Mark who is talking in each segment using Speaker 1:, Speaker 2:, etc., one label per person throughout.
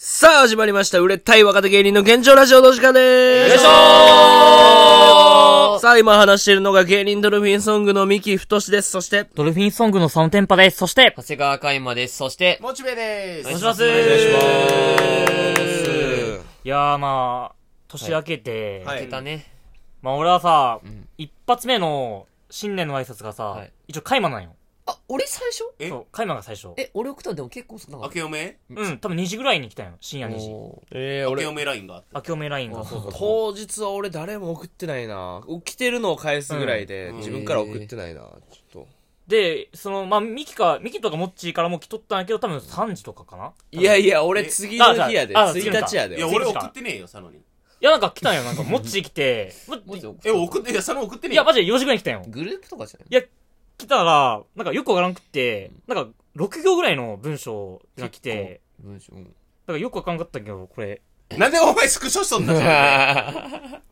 Speaker 1: さあ、始まりました。売れたい若手芸人の現状ラジオの時間でーす。
Speaker 2: よいしょ
Speaker 1: さあ、今話しているのが芸人ドルフィンソングの三木太志です。そして、
Speaker 3: ドルフィンソングのサウンテンパです。そして、
Speaker 2: 長谷川海馬です。そして、
Speaker 4: モチベで
Speaker 2: お願い
Speaker 4: す。
Speaker 2: します。
Speaker 3: お願いし
Speaker 2: ま
Speaker 3: いやーまあ、年明けて、
Speaker 4: はい
Speaker 2: けたね。
Speaker 3: まあ俺はさ、一発目の新年の挨拶がさ、
Speaker 2: はい
Speaker 3: 一応カイマなんよ。
Speaker 5: あ、俺最初
Speaker 4: え
Speaker 3: そう、カイマが最初。
Speaker 5: え、俺送ったのでも結構少なか
Speaker 4: 明
Speaker 5: っ
Speaker 4: けおめ
Speaker 3: うん、多分2時ぐらいに来たよ。深夜2時。
Speaker 5: お
Speaker 1: えー、
Speaker 4: 明けお
Speaker 1: 俺、
Speaker 4: めラインがあって。
Speaker 3: 明けおめラインが。そうそうそう
Speaker 1: 当日は俺誰も送ってないな。起きてるのを返すぐらいで、
Speaker 4: うん
Speaker 1: 自分から送ってないな。ちょっと。
Speaker 3: で、その、まあ、ミキか、ミキとかモッチーからも来とったんやけど、多分3時とかかない
Speaker 1: やいや、俺次の日やで。
Speaker 3: あああ次の日
Speaker 1: 1日やで。
Speaker 4: いや、
Speaker 3: 次
Speaker 4: 俺
Speaker 3: 来た
Speaker 4: 送ってねえよ、佐野に。
Speaker 3: いや、なんか来たんよ。なんか、モッチー来て、もっ
Speaker 5: ー。
Speaker 4: え、送って、いや、佐野送って
Speaker 3: い
Speaker 4: ねえ
Speaker 3: や、
Speaker 4: よ。
Speaker 3: マジで4時ぐらいに来たんよ。
Speaker 5: グループとかじゃない
Speaker 3: いや、来たら、なんかよくわからんくって、なんか、6行ぐらいの文章が来て、
Speaker 5: 文章。うん
Speaker 3: だからよくわかんかったけど、これ、
Speaker 4: なんでお前スクショしとんだじゃん。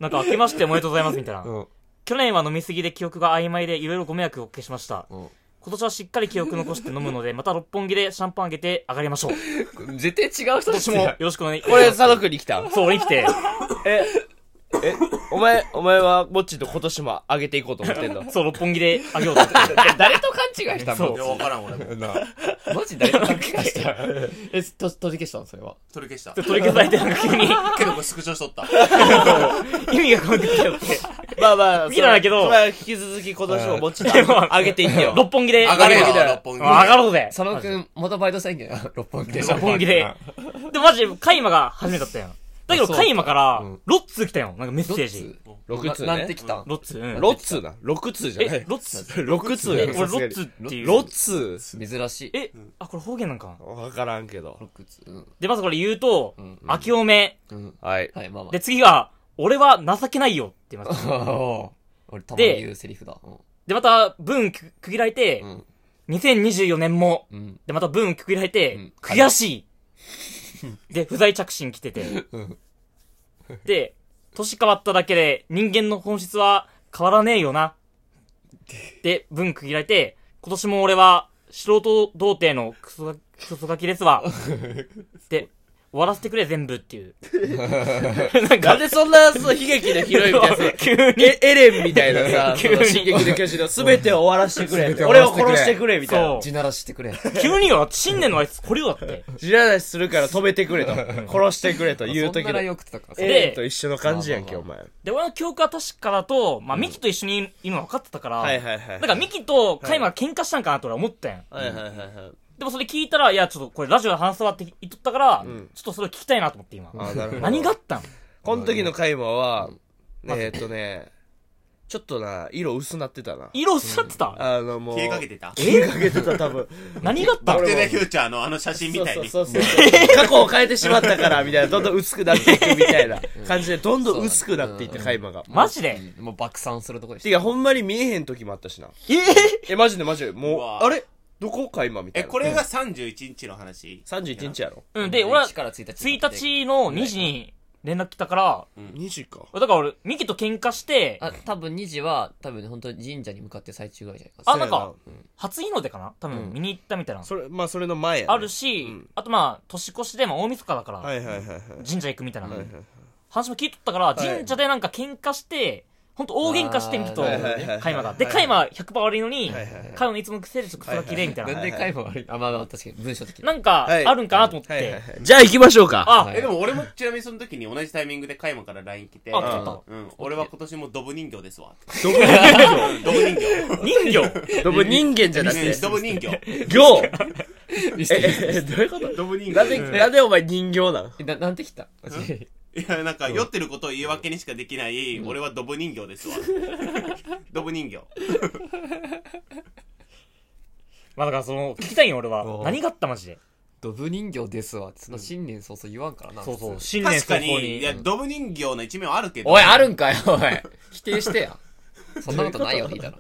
Speaker 3: なんか、明けましておめでとうございますみたいな。
Speaker 5: うん
Speaker 3: 去年は飲みすぎで記憶が曖昧でいろいろご迷惑をおかけしました。
Speaker 5: うん
Speaker 3: 今年はしっかり記憶残して飲むので、また六本木でシャンパンあげて上がりましょう。今
Speaker 5: 絶対違う人た
Speaker 3: 年
Speaker 5: ち
Speaker 3: もよ
Speaker 5: も。
Speaker 3: ろしくお願いし
Speaker 1: 俺、
Speaker 3: ます。
Speaker 1: 佐野くんに来た。
Speaker 3: そう、俺に来て。
Speaker 1: え、え、お前、お前は、ぼっちと今年も上げていこうと思ってんだ。
Speaker 3: そう、六本木であげようと思って。
Speaker 5: 誰と勘違いした
Speaker 3: そ
Speaker 5: の
Speaker 4: いや、わからん、俺。
Speaker 5: マジ誰と勘違いしたのえ、と取り消したのそれは。
Speaker 4: 取り消した。
Speaker 3: で取り消されて、なんか急
Speaker 4: けど、これスクショしとった。
Speaker 3: に意味が変わってきたよって。
Speaker 1: まあまあ、
Speaker 3: 好きなんだけど
Speaker 1: それは引き続き今年もぼっちと上げていってよ。
Speaker 3: 六本木で
Speaker 4: 上がれよ
Speaker 3: 上、
Speaker 4: 六本木。
Speaker 3: 上がろうぜ。
Speaker 5: 佐野くん、またバイト宣言。 六本木でしょ
Speaker 3: 六。本 木で。で、マジで、カイマが初めてだったやん。だけど、
Speaker 5: そう
Speaker 3: カイマから
Speaker 5: うん、
Speaker 3: ロッツー来たよ。なんかメッセ
Speaker 5: どっ
Speaker 3: ー
Speaker 5: ち
Speaker 3: ジ。
Speaker 1: 6通ね。
Speaker 5: ななんて来たん
Speaker 3: ロッツー。うん
Speaker 1: 6通な。6通じゃない
Speaker 3: え、。ロッツー
Speaker 1: 6通や
Speaker 3: 俺、
Speaker 1: ろ。
Speaker 3: ロッツーっていう。
Speaker 1: 6通
Speaker 5: 珍しい。
Speaker 3: え、あ、これ方言なんかな
Speaker 1: わからんけど。
Speaker 5: 六つ。うん
Speaker 3: で、まずこれ言うと
Speaker 5: ん、
Speaker 3: 明けおめ。
Speaker 5: うん。
Speaker 1: はい。
Speaker 5: はい、まあま
Speaker 3: で、次が、俺は情けないよって言います。
Speaker 5: あおー。 俺たまに言うセリフだ。うん
Speaker 3: で、また、文く区切られて
Speaker 5: ん、
Speaker 3: 2024年も
Speaker 5: う、ん。
Speaker 3: で、また文区切られ
Speaker 5: う
Speaker 3: て
Speaker 5: ん、
Speaker 3: 悔しい。で、不在着信来てて。で、年変わっただけで人間の本質は変わらねえよな。で、文区切られて、今年も俺は素人童貞のクソガクソガキで すわ。で、終わらせてくれ全部っていう。なん
Speaker 1: な
Speaker 3: か
Speaker 1: ん、でそんな、そう、悲劇のヒロインみたいなさ、
Speaker 3: 急に。
Speaker 1: え、エレンみたいなさ、そ
Speaker 3: 急に
Speaker 1: の、進撃の巨人の全てを終わらせてくれ。
Speaker 5: て終わ
Speaker 1: 俺
Speaker 5: ら
Speaker 1: を
Speaker 5: せてくれ
Speaker 1: 殺してくれ、みたいな。
Speaker 3: そ
Speaker 5: 地ならしてくれ。
Speaker 3: う。急によ、新年のあいつ、これよだって。
Speaker 1: 知らないするから止めてくれと。殺してくれという
Speaker 5: そん
Speaker 1: 時
Speaker 5: なら
Speaker 1: の。
Speaker 5: よくてたからさ
Speaker 1: エ。レンと一緒の感じやんけ、
Speaker 5: ま
Speaker 1: お
Speaker 5: あ
Speaker 1: 前。
Speaker 3: で、俺の記憶は確かだと、まあ、ミキと一緒にいるの分かってたから、
Speaker 1: はいはいはい。
Speaker 3: なんかミキとカイマが喧嘩したんかなと俺は思ったやん。
Speaker 1: はいはいはいはい。
Speaker 3: でもそれ聞いたら、いや、ちょっとこれラジオで話すわって言っとったから、
Speaker 1: ん
Speaker 3: ちょっとそれを聞きたいなと思って今。
Speaker 1: あ、なるほど。
Speaker 3: 何があったん
Speaker 1: この時のカイマは、えーっとね、ちょっとな、色薄なってたな。
Speaker 3: 色薄まってた、
Speaker 1: あの、もう。
Speaker 4: 消えかけてた。
Speaker 1: 消えかけてた、多 分。
Speaker 3: 何があった
Speaker 4: バ
Speaker 3: ん
Speaker 4: クテリアフューチャーのあの写真みたいに。
Speaker 1: そうそうそうそう過去を変えてしまったから、みたいな。どんどん薄くなっていくみたいな感じで、どんどん薄くなっていって、
Speaker 5: うん
Speaker 1: カイマが。
Speaker 3: マジで、
Speaker 5: うんもう爆散するとこでした
Speaker 1: て。か、ほんまに見えへん時もあったしな。
Speaker 3: え
Speaker 1: え、マジでマジで。も
Speaker 4: う
Speaker 1: う、
Speaker 4: わ
Speaker 1: あれどこカイマみたい
Speaker 4: え、
Speaker 1: な。
Speaker 4: これが31日の話
Speaker 1: 31日やろ
Speaker 3: うん、で、俺は
Speaker 5: 1から1日。
Speaker 3: 1日の2時に連絡来たから、
Speaker 1: ?2 時か。
Speaker 3: だから俺、ミキと喧嘩して、
Speaker 5: あ、多分2時は、多分本当に神社に向かって最中ぐらいじゃないか。
Speaker 3: あ、なんか
Speaker 1: そ、
Speaker 3: 初日の出かな多分見に行ったみたいな。
Speaker 1: それ、まあ、それの前やね
Speaker 3: ある
Speaker 1: う
Speaker 3: し、
Speaker 1: ん
Speaker 3: あとまあ、年越しで、まあ大晦日だから、
Speaker 1: はいはいはいはい。
Speaker 3: 神社行くみたいな、
Speaker 1: はいはいはい
Speaker 3: 話も聞いとったから、
Speaker 1: い
Speaker 3: 神社でなんか喧嘩して、ほんと大喧嘩してみると、
Speaker 5: あー
Speaker 1: はいはいはいはい
Speaker 3: カイマが。で、カイマ100%悪いのに、
Speaker 1: はいはいはい
Speaker 3: カイマいつも癖でちょっとクソがきれいみたい
Speaker 5: なん
Speaker 3: な。
Speaker 5: で解放悪いあ、まあまあ確かに文章的に。
Speaker 3: なんか、
Speaker 1: はい
Speaker 3: あるんかなと思っ
Speaker 1: はいはい
Speaker 3: て。
Speaker 1: はいじゃあ行きましょう か。
Speaker 3: あ、
Speaker 5: はい
Speaker 4: え、でも俺もちなみにその時に同じタイミングでカイマから LINE 来て、
Speaker 3: あ、来とっ
Speaker 4: うん、俺は今年もドブ人形ですわ。
Speaker 1: ドブ人
Speaker 4: ドブ人形。
Speaker 3: た。人魚
Speaker 1: 形。ドブ人間じゃなくて、
Speaker 4: ドブ人形。
Speaker 1: 行
Speaker 5: ミステリー
Speaker 1: え、えどういうこと
Speaker 4: ドブ人
Speaker 1: なんで、
Speaker 4: 形。
Speaker 1: なんでお前人形なん
Speaker 5: えな、なんて来たマジで
Speaker 4: いや、なんか酔ってることを言い訳にしかできない、俺はドブ人形ですわ。ドブ人形。
Speaker 3: まあだからその、聞きたいんよ俺は
Speaker 5: お。う
Speaker 3: 何があったマジで。
Speaker 5: ドブ人形ですわって、その新年早々言わんからな。
Speaker 3: そうそう、
Speaker 5: 普通
Speaker 3: 新年
Speaker 4: 確
Speaker 3: 早
Speaker 4: か
Speaker 3: 々
Speaker 4: に、
Speaker 3: に。
Speaker 4: いや、ドブ人形の一面はあるけど。
Speaker 5: おい、あるんかよ、おい。否定してや。そんなことないよ、リーダー。
Speaker 1: ど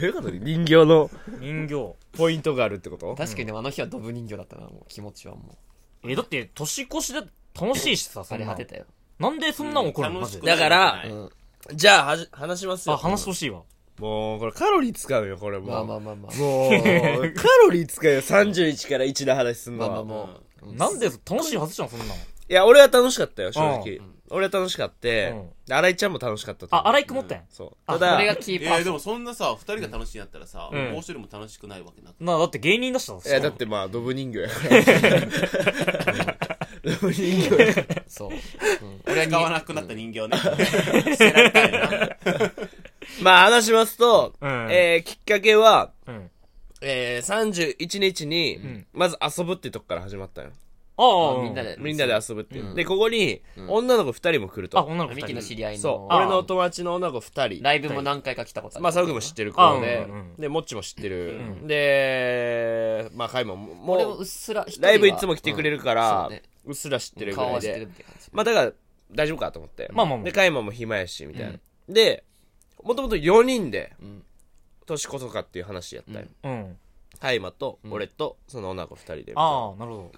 Speaker 1: ういうこと人形の
Speaker 3: 人魚。
Speaker 1: ポイントがあるってこと
Speaker 5: 確かにね、あの日はドブ人形だったな、もう気持ちはも
Speaker 3: え、だって、年越しで楽しいしさ、
Speaker 5: う。
Speaker 3: そ
Speaker 5: 枯
Speaker 3: ん
Speaker 5: れ
Speaker 3: な
Speaker 5: 果
Speaker 3: ん
Speaker 5: てたよ。
Speaker 3: なんでそんなん怒るのマ
Speaker 4: 楽し
Speaker 3: ジ
Speaker 4: く
Speaker 3: で。
Speaker 4: ない
Speaker 1: だから
Speaker 4: うん
Speaker 5: うん。
Speaker 1: じゃあ、はじ、話します
Speaker 3: あ、
Speaker 1: よ。
Speaker 3: 話してほしいわ。
Speaker 1: もう、これカロリー使うよ、 これもう。
Speaker 5: まあまあまあまあ。
Speaker 1: もう、カロリー使うよ、31から1の話すん
Speaker 5: まあ
Speaker 1: の
Speaker 5: まあ
Speaker 1: は。
Speaker 5: もう。
Speaker 3: なんで楽しいはずじゃん、そんなの。
Speaker 1: いや、俺は楽しかったよ、正直。俺は楽しかって
Speaker 3: うん、
Speaker 1: で新井ちゃんも楽しかったと思う
Speaker 3: あ、荒井くん持ったやん。
Speaker 1: そう。た
Speaker 5: こ
Speaker 3: あそ
Speaker 1: だ、
Speaker 5: れ
Speaker 1: い
Speaker 5: がキーパー
Speaker 4: えー、で
Speaker 5: ソン。
Speaker 4: もそんなさ、二人が楽しいんやったらさ、
Speaker 3: うん
Speaker 4: もう一人も楽しくないわけなくて。
Speaker 3: な、だって芸人だしだ
Speaker 1: や、だってまあ、ドブ人形やから。 ドブ人形やから
Speaker 5: そう。うん
Speaker 4: 俺
Speaker 5: 俺
Speaker 4: 使わ
Speaker 5: は
Speaker 4: なくなった人形ね。 捨てられたんやな。
Speaker 1: まあ、話しますと、
Speaker 3: うん
Speaker 1: えーきっかけは、
Speaker 3: うん。
Speaker 1: えー、31日に
Speaker 3: ん、
Speaker 1: まず遊ぶっていうとこから始まったよ。
Speaker 3: ああ、うん
Speaker 5: みんな。で。
Speaker 1: みんなで遊ぶっていうう。
Speaker 5: ん
Speaker 1: で、ここに、女の子2人も来る
Speaker 3: あ、
Speaker 1: と。
Speaker 3: 女の子
Speaker 5: ミキの知
Speaker 3: 二人。
Speaker 5: り合いの。
Speaker 1: そう。
Speaker 3: あー
Speaker 1: 俺のお友達の女の子2人。
Speaker 5: ライブも何回か来たことある。
Speaker 1: まあ、サウクも知ってる子で
Speaker 3: あうんうん、
Speaker 1: で、モッチも知ってる。で、まあ、カイも、も
Speaker 5: 俺もう
Speaker 1: う
Speaker 5: っ、すら一人は、
Speaker 1: ライブいつも来てくれるか
Speaker 5: うん
Speaker 1: ら
Speaker 5: そうね、
Speaker 1: うっすら知ってるぐ
Speaker 5: 顔
Speaker 1: ら
Speaker 5: はい知ってるっ
Speaker 1: で。
Speaker 5: ていう感じ。
Speaker 1: まあ、だから、大丈夫かと思って。
Speaker 3: まあまあまあ
Speaker 1: で、カイマも暇やし、みたいな。で、もともと4人で、年こそかっていう話やったよ。
Speaker 3: うん。
Speaker 1: カイマと、俺と、その女の子2人で。
Speaker 3: ああ、なるほ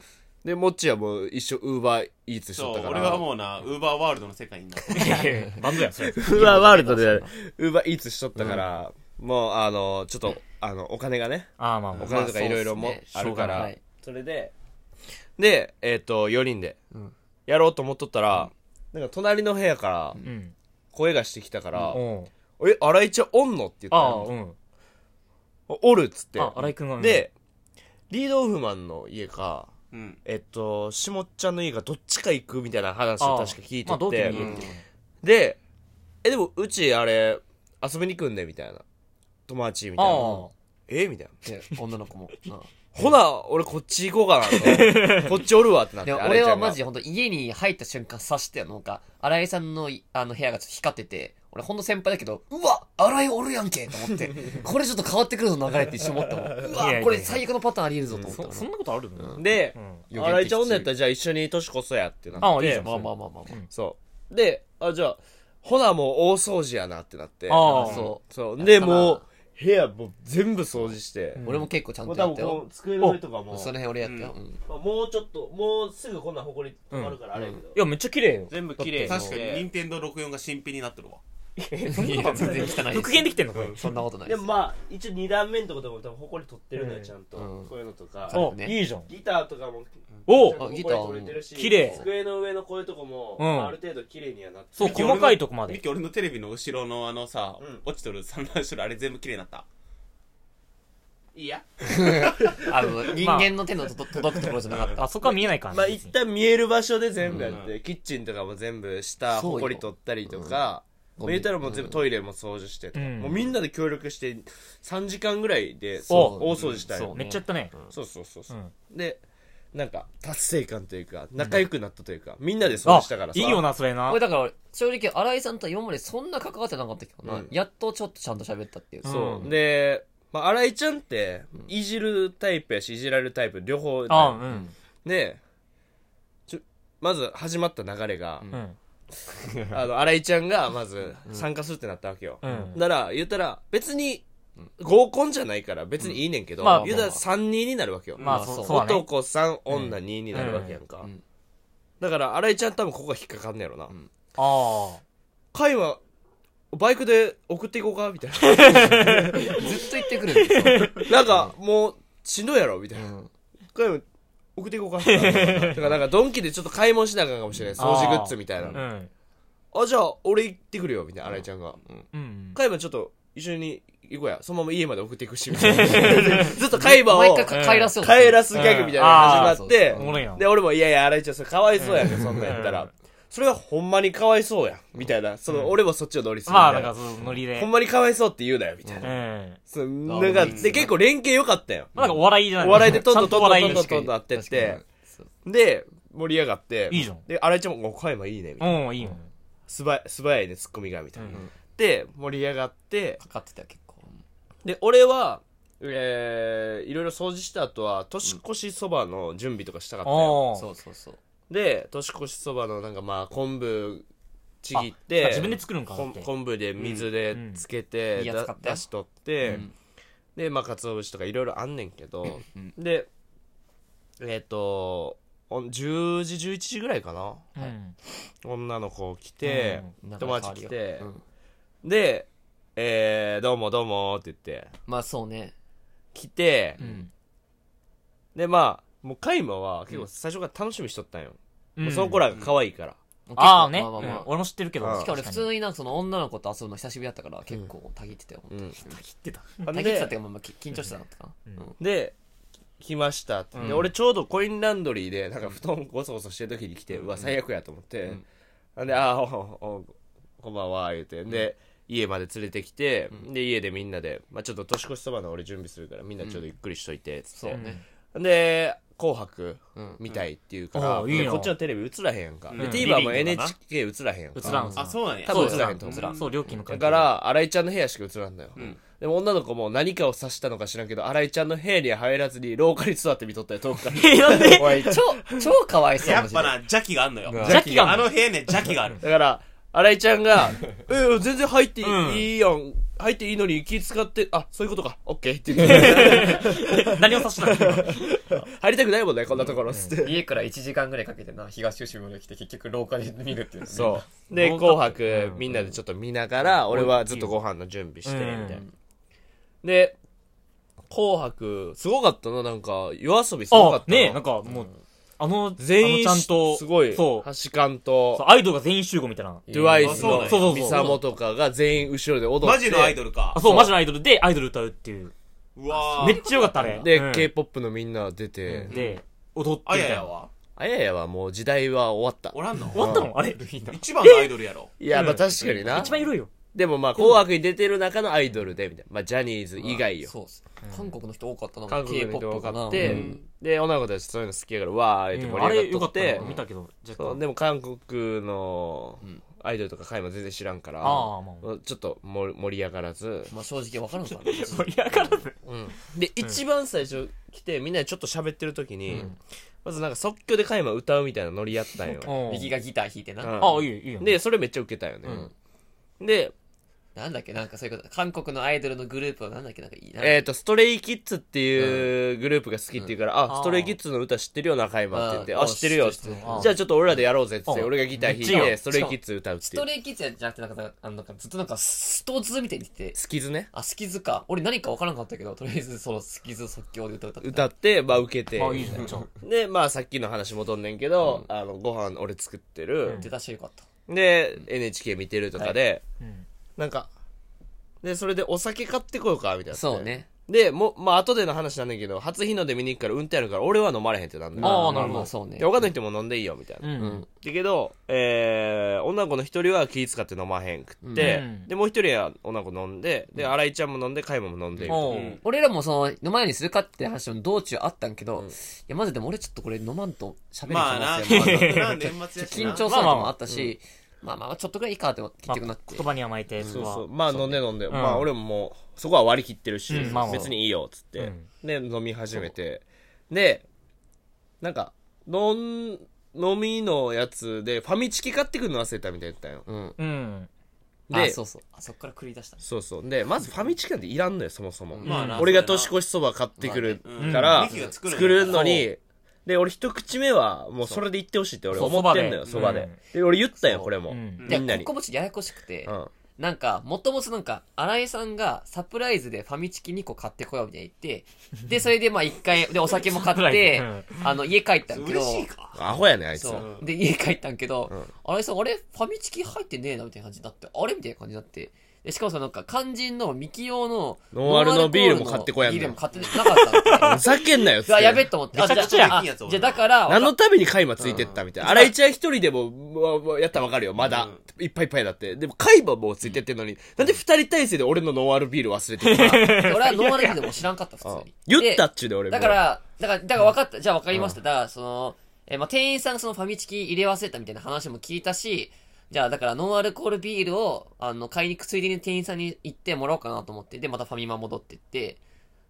Speaker 1: で、モッチはもう一生ウーバーイーツしと
Speaker 4: そ
Speaker 1: った
Speaker 4: う、
Speaker 1: から。
Speaker 4: 俺はもうな、ウーバーワールドの世界になって。
Speaker 3: ど。バンドやん、それ。
Speaker 1: ウーバーワールドで、ウーバーイーツしとったから、もう、あの、ちょっと、あの、お金がね、
Speaker 3: ああ、まあ
Speaker 1: お
Speaker 3: まあ。
Speaker 1: 金とかいろいろ
Speaker 5: ま
Speaker 1: も
Speaker 5: あそうっすね
Speaker 1: あるか
Speaker 5: しょうが
Speaker 1: ら
Speaker 5: ない、
Speaker 1: それで、で、えっと、4人で、やろうと思っとったら、なんか隣の部屋から
Speaker 3: うん。
Speaker 1: 声がしてきたから、
Speaker 3: おう
Speaker 1: え、荒井ちゃんおんのって言った
Speaker 3: ああ、
Speaker 1: よ
Speaker 3: うん。
Speaker 1: おるっつって。
Speaker 3: あ、荒井くんが。うん、
Speaker 1: で、リードオフマンの家か、
Speaker 4: うん。
Speaker 1: えっと、下っちゃんの家がどっちか行くみたいな話を確か聞いと
Speaker 3: まあ、ど
Speaker 1: っ
Speaker 3: うで
Speaker 1: て、
Speaker 3: もいいよ
Speaker 1: で、え、でも、うち、あれ、遊びに行くんで、みたいな。友達、みたいな
Speaker 3: あ。
Speaker 1: えみたいな。
Speaker 5: で女の子も。うん
Speaker 1: ほな、俺こっち行こうか なと。こっちおるわってなっ
Speaker 5: で
Speaker 1: て。
Speaker 5: も俺はマジで本当家に入った瞬間察してよ。なんか、新井さんのいあの部屋がちょっと光ってて、俺ほんと先輩だけど、うわ新井おるやんけと思って、これちょっと変わってくるの流れって一瞬思ったもん。う
Speaker 3: いやいや
Speaker 5: わ
Speaker 3: いや
Speaker 5: これ最悪のパターンあり得るぞと思ったも
Speaker 3: そ、
Speaker 5: ん
Speaker 3: そんなことある
Speaker 1: あれちゃうな。
Speaker 3: のう
Speaker 1: で、荒井ちゃんおんのやったら、じゃあ一緒に年こそやってなって。
Speaker 3: ああいいじゃん
Speaker 5: まあまあまあまあまあ。
Speaker 1: そう。で、あ、じゃあ、ほな、もう大掃除やなってなって。
Speaker 3: ああ
Speaker 5: そ
Speaker 1: そう。で、
Speaker 5: やったな
Speaker 1: もう、部屋もう全部掃除して。
Speaker 5: う。俺も結構ちゃん
Speaker 1: もう
Speaker 5: と
Speaker 1: 多
Speaker 5: やっ
Speaker 1: 分
Speaker 5: た
Speaker 1: こ
Speaker 5: よ
Speaker 1: の。机の上とかも、
Speaker 5: その辺俺やったよ。うん
Speaker 1: まあもうちょっと、もうすぐこんな埃溜まるからあれやけど
Speaker 3: い。や、めっちゃ綺麗よ。
Speaker 1: 全部綺麗
Speaker 4: 確かに、任天堂64が新品になってるわ。
Speaker 5: いや全然汚いです。
Speaker 3: 復元できてんのこれ。
Speaker 5: そんなことない
Speaker 1: で
Speaker 5: で
Speaker 1: も
Speaker 5: す。
Speaker 1: まあ一応2段目のとこでも多分埃取ってるのよ
Speaker 3: うん
Speaker 1: ちゃんと、
Speaker 5: うん
Speaker 1: こういうのとか
Speaker 3: お
Speaker 5: ね
Speaker 3: いいじゃん。
Speaker 1: ギターとかも
Speaker 3: お
Speaker 1: ちゃんと
Speaker 5: あギター
Speaker 1: 埃取れてるし
Speaker 3: 綺麗
Speaker 1: 机の上のこういうとこも、
Speaker 3: うん
Speaker 1: まあある程度綺麗にはなって
Speaker 3: そう、細かいとこま
Speaker 4: ミ
Speaker 3: で。
Speaker 4: キ、俺のテレビの後ろのあのさ
Speaker 1: うん、
Speaker 4: 落ちとる散乱してるあれ全部綺麗になった。
Speaker 1: いや
Speaker 5: あの、人間の手のとど届くところじゃなか った。
Speaker 3: あ、そこは見えないからね。
Speaker 1: まあ
Speaker 3: 別
Speaker 1: 一
Speaker 3: に
Speaker 1: 旦見える場所で全部やって、
Speaker 4: う
Speaker 1: キッチンとかも全部下
Speaker 5: そうよ
Speaker 1: 埃取ったりとか、
Speaker 5: うん
Speaker 1: まあ言ったらもう全部トイレも掃除してとか、
Speaker 3: うん
Speaker 1: もうみんなで協力して3時間ぐらいで
Speaker 3: お
Speaker 1: 大掃除したい
Speaker 5: そう
Speaker 3: めっちゃやったね。。
Speaker 1: そうそうそうそううんでなんか達成感というか仲良くなったというか、みんなで掃除したからさ
Speaker 3: いいよな、それな
Speaker 5: 俺。だから、正直、新井さんとは今までそんな関わってなかったけど
Speaker 1: う
Speaker 5: な、
Speaker 1: ん
Speaker 5: やっとちょっとちゃんと喋ったっていう。
Speaker 1: そう、
Speaker 3: うん
Speaker 1: で、まあ、新井ちゃんっていじるタイプやしいじられるタイプ両方
Speaker 3: あ、う
Speaker 1: ね
Speaker 3: ん。
Speaker 1: でちょまず始まった流れが、
Speaker 3: うん。
Speaker 1: あの新井ちゃんがまず参加するってなったわけよ、
Speaker 3: うん
Speaker 1: なら言ったら別に合コンじゃないから別にいいねんけど、
Speaker 3: うんまあ
Speaker 1: 言ったら3人になるわけよ、
Speaker 3: まあ、
Speaker 5: まあ
Speaker 3: そ
Speaker 5: そうう
Speaker 3: そうだね。
Speaker 1: 男3女2になるわけやんか、
Speaker 5: うんうん
Speaker 1: だから新井ちゃん多分ここが引っかかんねやろな、
Speaker 3: あ
Speaker 1: 会話バイクで送っていこうかみたいな
Speaker 5: ずっと言ってくるんですよ。
Speaker 1: なんか、もう、しんどいやろみたいな。これも送っていこうか。だから、なんか、ドンキでちょっと買い物しなあかんかもしれない。掃除グッズみたい
Speaker 3: あ。う
Speaker 1: な。
Speaker 3: ん。
Speaker 1: あ、じゃあ、俺行ってくるよ、みたいな、新井ちゃんが。
Speaker 3: うん。
Speaker 1: 海馬ちょっと、一緒に行こうや。そのまま家まで送っていくし、みたいな。 ずっと海馬
Speaker 5: 毎
Speaker 1: を
Speaker 5: 回
Speaker 1: 帰
Speaker 5: か帰らせようとする
Speaker 1: らすギャグみたいなのが始まっ
Speaker 5: う
Speaker 1: て
Speaker 5: んあーそうそう
Speaker 3: おもろいな、
Speaker 1: で、俺も、いやいや、新井ちゃん、それかわいそうやん、そんなんやったら。それはほんまにかわいそうやん、みたいな。その、俺もそっちを乗りするみ
Speaker 3: ま
Speaker 1: た
Speaker 3: あ、
Speaker 1: い
Speaker 3: な
Speaker 1: な
Speaker 3: んか、。そのノリで。
Speaker 1: ほんまにかわいそうって言うなよ、みたいな
Speaker 3: う。ん。
Speaker 1: そうなんか、で、結構連携良かったよ。
Speaker 3: まあ、なんかお笑いじゃない
Speaker 1: お笑いでトントントントン
Speaker 3: ちゃ
Speaker 1: トン
Speaker 3: と
Speaker 1: トンとなってっ
Speaker 5: 確か
Speaker 1: て
Speaker 5: に、そう
Speaker 1: で、盛り上がって、
Speaker 3: いいじゃん
Speaker 1: で、荒井ちゃんも、お、声もいいね、みたいな。
Speaker 3: 笑いうん、いいよ。
Speaker 1: 素早い、素早いね、ツッコミが、みたいな
Speaker 3: うん。
Speaker 1: で、盛り上がって、
Speaker 5: かかってたよ結構。
Speaker 1: で、俺は、えー、いろいろ掃除した後は、年越しそばの準備とかしたかったよ。
Speaker 3: おー
Speaker 5: そうそうそう。
Speaker 1: で、年越しそばのなんかまあ、昆布、ちぎっ
Speaker 3: あ
Speaker 1: て、
Speaker 3: 自分で作るんか
Speaker 1: こん
Speaker 3: だって
Speaker 1: 昆布で水でつけ
Speaker 5: うん
Speaker 1: て、
Speaker 5: いいやつ買ったよ
Speaker 1: だし取って、
Speaker 5: うん
Speaker 1: でまあ鰹節とかいろいろあんねんけど、でえっ、とお10時11時ぐらいかな
Speaker 3: うん。
Speaker 1: 女の子来て、
Speaker 5: うん
Speaker 1: 友達来て
Speaker 5: う、ん
Speaker 1: で、えーどうもどうも」って言って
Speaker 5: まあそうね。
Speaker 1: 来て、
Speaker 3: うん。
Speaker 1: でまあもうカイマは結構最初から楽しみにしとったんよ、もうその子らが可愛いから、
Speaker 3: ああね、
Speaker 5: まあまあまあ
Speaker 3: うん俺も知ってるけど。
Speaker 1: うん
Speaker 5: しかも俺普
Speaker 3: に
Speaker 5: 通になんかその女の子と遊ぶの久しぶりだったから結構たぎってたよ、
Speaker 1: うん
Speaker 3: 切ってた。
Speaker 1: あ
Speaker 5: たぎってたっていうかまあまあき緊張してたのかな、
Speaker 3: うん
Speaker 5: うん
Speaker 1: で来ましたって、で俺ちょうどコインランドリーでなんか布団ゴソゴソしてる時に来て、うわ最悪やと思って、なんで「ああこんばんは」言うてで、家まで連れてきて、で家でみんなで、まあ、ちょっと年越しそばの俺準備するからみんなちょっとゆっくりしといてっつっ
Speaker 5: そう
Speaker 1: て、
Speaker 5: ね、
Speaker 1: で「紅白
Speaker 5: うん」
Speaker 1: 見たいって言うから、
Speaker 3: うんあーいいな
Speaker 1: でこっちのテレビ映らへんやんか、で
Speaker 4: うん
Speaker 1: TVer も
Speaker 4: リビングかな
Speaker 1: NHK 映らへんやんか
Speaker 3: 映らん映ら
Speaker 4: あ、
Speaker 3: ん。
Speaker 4: そうなんや。
Speaker 1: 多分映らへんと思う
Speaker 3: 映らん。そう、料金の
Speaker 1: だ
Speaker 3: 関係
Speaker 1: か、ら新井ちゃんの部屋しか映らんだよ、
Speaker 4: ん
Speaker 1: でも女の子も何かを察したのか知らんけど新井ちゃんの部屋には入らずに廊下に座って見とったよ遠くから
Speaker 3: え、 なんで
Speaker 1: おいだ
Speaker 5: 超超かわいそう
Speaker 4: やっぱ
Speaker 5: マ
Speaker 4: な、邪気があんのよ。
Speaker 3: 邪気が
Speaker 4: あの部屋ね、邪気がある。
Speaker 1: から新井ちゃんが「ええ全然入っていい,、
Speaker 3: うん
Speaker 1: やん入っていいのに気使ってあそういうことかオッケーって言って
Speaker 3: 何を指したの
Speaker 1: 入りたくないもんねこんなところっつっ
Speaker 5: ジで
Speaker 1: て
Speaker 5: 家から1時間ぐらいかけてな東吉見まで来て結局廊下で見るっていうう
Speaker 1: そうで「
Speaker 3: 廊下
Speaker 1: 紅白」みんなでちょっと見ながら俺はずっとご飯の準備してみたいな、で「紅白」すごかったななんか夜遊びすごか
Speaker 3: あ
Speaker 1: っ、たな
Speaker 3: ねえ、なんかもう、あの、
Speaker 1: 全員
Speaker 3: あのちゃんと、
Speaker 1: すごい
Speaker 3: そう、
Speaker 1: 橋勘と
Speaker 3: そうアイドルが全員集合みたいな。
Speaker 1: トゥワイス
Speaker 4: そうなん
Speaker 1: の
Speaker 4: や
Speaker 3: そうそうそう
Speaker 1: ミサモとかが全員後ろで踊って
Speaker 4: マジのアイドルか
Speaker 3: あ、。そう、マジのアイドルでアイドル歌うっていう。
Speaker 4: うわ
Speaker 3: め
Speaker 4: ー。
Speaker 3: っちゃよかった、あれ。
Speaker 1: で、
Speaker 3: うん
Speaker 1: K-POP のみんな出て、
Speaker 3: で、踊って
Speaker 4: あ
Speaker 3: み
Speaker 4: や
Speaker 3: たいな。
Speaker 4: や
Speaker 3: 終
Speaker 4: は
Speaker 1: あややはもう時代は終わった
Speaker 4: おらんの
Speaker 3: わったのあれ。
Speaker 4: 一番のアイドルやろ。
Speaker 1: いやまあ
Speaker 3: うん
Speaker 1: 確かにな
Speaker 3: 一番いるよ。
Speaker 1: でもまあ「紅白」に出てる中のアイドルでみたいなまあジャニーズ以外よ
Speaker 5: そうっす韓国の人多かったな
Speaker 1: 韓国の人
Speaker 5: K-POP
Speaker 1: 多
Speaker 5: かな
Speaker 1: かって、
Speaker 5: うん
Speaker 1: で女の子たちそういうの好きやからわーって
Speaker 3: うん
Speaker 1: 盛
Speaker 3: あ
Speaker 1: り
Speaker 3: れ
Speaker 1: 上
Speaker 3: よ
Speaker 1: が
Speaker 3: か
Speaker 1: っと
Speaker 3: っ
Speaker 1: ったて
Speaker 3: な。見たけど、若
Speaker 1: そう
Speaker 3: 干。
Speaker 1: でも韓国のアイドルとか会も全然知らんから、
Speaker 3: ああまあ
Speaker 1: ちょっと盛り上がらず、
Speaker 5: まあ正直わかるのかな
Speaker 3: 盛り上がらず。
Speaker 1: で、一番最初来てみんなでちょっと喋ってる時に、まずなんか即興で会話歌うみたいなノリやったんよ、
Speaker 5: 右がギター弾いてな、
Speaker 1: うん
Speaker 3: あ、いいよ、いいよ。
Speaker 1: でそれめっちゃウケたよね、で
Speaker 5: なんだっけなんかそういうこと韓国のアイドルのグループはなんだっけなんかいいな
Speaker 1: えっ、とストレイキッズっていうグループが好きっていうから、
Speaker 3: ん
Speaker 1: あストレイキッズの歌知ってるよ中山って言って、
Speaker 5: うん
Speaker 1: あ知ってるよって
Speaker 5: うん
Speaker 1: じゃあちょっと俺らでやろうぜっつって、
Speaker 3: うん
Speaker 1: 俺がギター
Speaker 3: めっ
Speaker 1: 弾
Speaker 3: ち
Speaker 1: い
Speaker 3: ゃいい
Speaker 1: て
Speaker 3: よ
Speaker 1: ストレイキッズ歌うっ
Speaker 5: ス
Speaker 1: てい
Speaker 5: ト
Speaker 1: う
Speaker 5: レイキッズじゃなくてなんかあのなんかずっとなんかストーズみたいに言ってて
Speaker 1: スキズね
Speaker 5: あスキズか俺何かわからんかったけどとりあえずそのスキズ即興で歌歌ってた
Speaker 1: 歌ってまあ受けて
Speaker 3: あ、いいじゃん、ちょ。
Speaker 1: でまあさっきの話戻んねんけど、あのご飯俺作ってる、
Speaker 5: 出だしよかった
Speaker 1: で NHK 見てるとかで、
Speaker 3: うん
Speaker 1: なんかでそれでお酒買ってこようかみたいな
Speaker 5: そうね
Speaker 1: でもうまあ後での話なんだけど初日の出見に行くから運転あるから俺は飲まれへんってなんだよ
Speaker 3: あ
Speaker 5: ま
Speaker 3: ーなるほど
Speaker 5: まそうね
Speaker 1: で他の人も飲んでいいよみたいな、
Speaker 3: う
Speaker 1: だ
Speaker 3: ん。
Speaker 1: けど、えー、女の子の一人は気使って飲まへんくって、
Speaker 3: うん
Speaker 1: でもう一人は女の子飲んでで新井ちゃんも飲んで海馬も飲んでみたいな
Speaker 3: おう
Speaker 4: うん
Speaker 5: 俺らもその飲まないようにするかって話の道中あったんけど、いやまずでも俺ちょっとこれ飲まんと喋る
Speaker 4: まあな、
Speaker 5: 可能性もある
Speaker 4: 年末な、年末やし
Speaker 5: 緊
Speaker 4: な。
Speaker 5: 張するのもあったし、まあまあまあちょっとぐらいいいかって結局なって、
Speaker 3: 言葉に甘えて、
Speaker 1: そうそう
Speaker 3: う。
Speaker 1: まあ飲んで飲んで、
Speaker 3: ん
Speaker 1: まあ俺ももうそこは割り切ってるし、
Speaker 3: うんまあまあ
Speaker 1: 別にいいよっつって、
Speaker 3: うん
Speaker 1: で飲み始めてでなんか飲ん飲みのやつでファミチキ買ってくるの忘れたみたいだったよ、
Speaker 5: うん
Speaker 3: うん。
Speaker 5: あ
Speaker 1: で
Speaker 5: そうそうあそっから繰り出した
Speaker 1: そうそうでまずファミチキなんていらんのよそもそも、
Speaker 4: まあな
Speaker 1: 俺が年越しそば買ってくる
Speaker 4: まあねうん
Speaker 1: から、
Speaker 4: ミキが作るんだ
Speaker 1: 作るのにで俺一口目はもうそれでいってほしいって俺
Speaker 3: そう
Speaker 1: 思ってんのよ
Speaker 3: そ
Speaker 1: そ
Speaker 3: ば
Speaker 1: ば
Speaker 3: で
Speaker 1: で,、で俺言ったよ
Speaker 5: そう
Speaker 1: これも、
Speaker 3: うん
Speaker 5: で
Speaker 1: みんなに
Speaker 5: ここもちょっとややこしくて、
Speaker 1: うん
Speaker 5: なんか、もともとなんか、新井さんがサプライズでファミチキ2個買ってこようみたいに言って、で、それでまあ一回、で、お酒も買っ
Speaker 3: サプライズ
Speaker 5: て、あの、家帰ったんけど、
Speaker 4: 嬉しいか。
Speaker 1: アホやねあいつ
Speaker 5: そう。で、家帰ったんけど、新井さん、あれファミチキ入ってねえなみたいな感じになって、あれみたいな感じになって、で、しかもそのなんか、肝心のミキ用の、
Speaker 1: ノンアルのビールも
Speaker 5: ノンア
Speaker 1: 買
Speaker 5: コ
Speaker 1: ってこやんの
Speaker 5: ビールも買ってなかったんで
Speaker 1: ふざけんなよっつっ
Speaker 5: うわ、
Speaker 1: て
Speaker 5: やべえと思って。あ、
Speaker 4: めちゃくちゃ
Speaker 5: あ
Speaker 4: できんやつ
Speaker 5: じゃあ、だから、
Speaker 1: 何のために海馬ついてったみたいな。荒井ちゃん一人でも、もうもうやったらわかるよ、まだ。いっぱいいっぱいだって。でも海馬もうついてってんのに、なんで二人体制で俺のノンアルビール忘れてた
Speaker 5: 俺はノンアルビールでも知らんかった、普通に。
Speaker 1: 言った
Speaker 5: で
Speaker 1: っちゅうで俺も。
Speaker 5: だから、だから、だから分かった。じゃあ分かりました。だから、その、えーまあ、店員さんがそのファミチキ入れ忘れたみたいな話も聞いたし、じゃあ、だから、ノンアルコールビールを、あの、買いに行くついでに店員さんに行ってもらおうかなと思って、で、またファミマ戻ってって、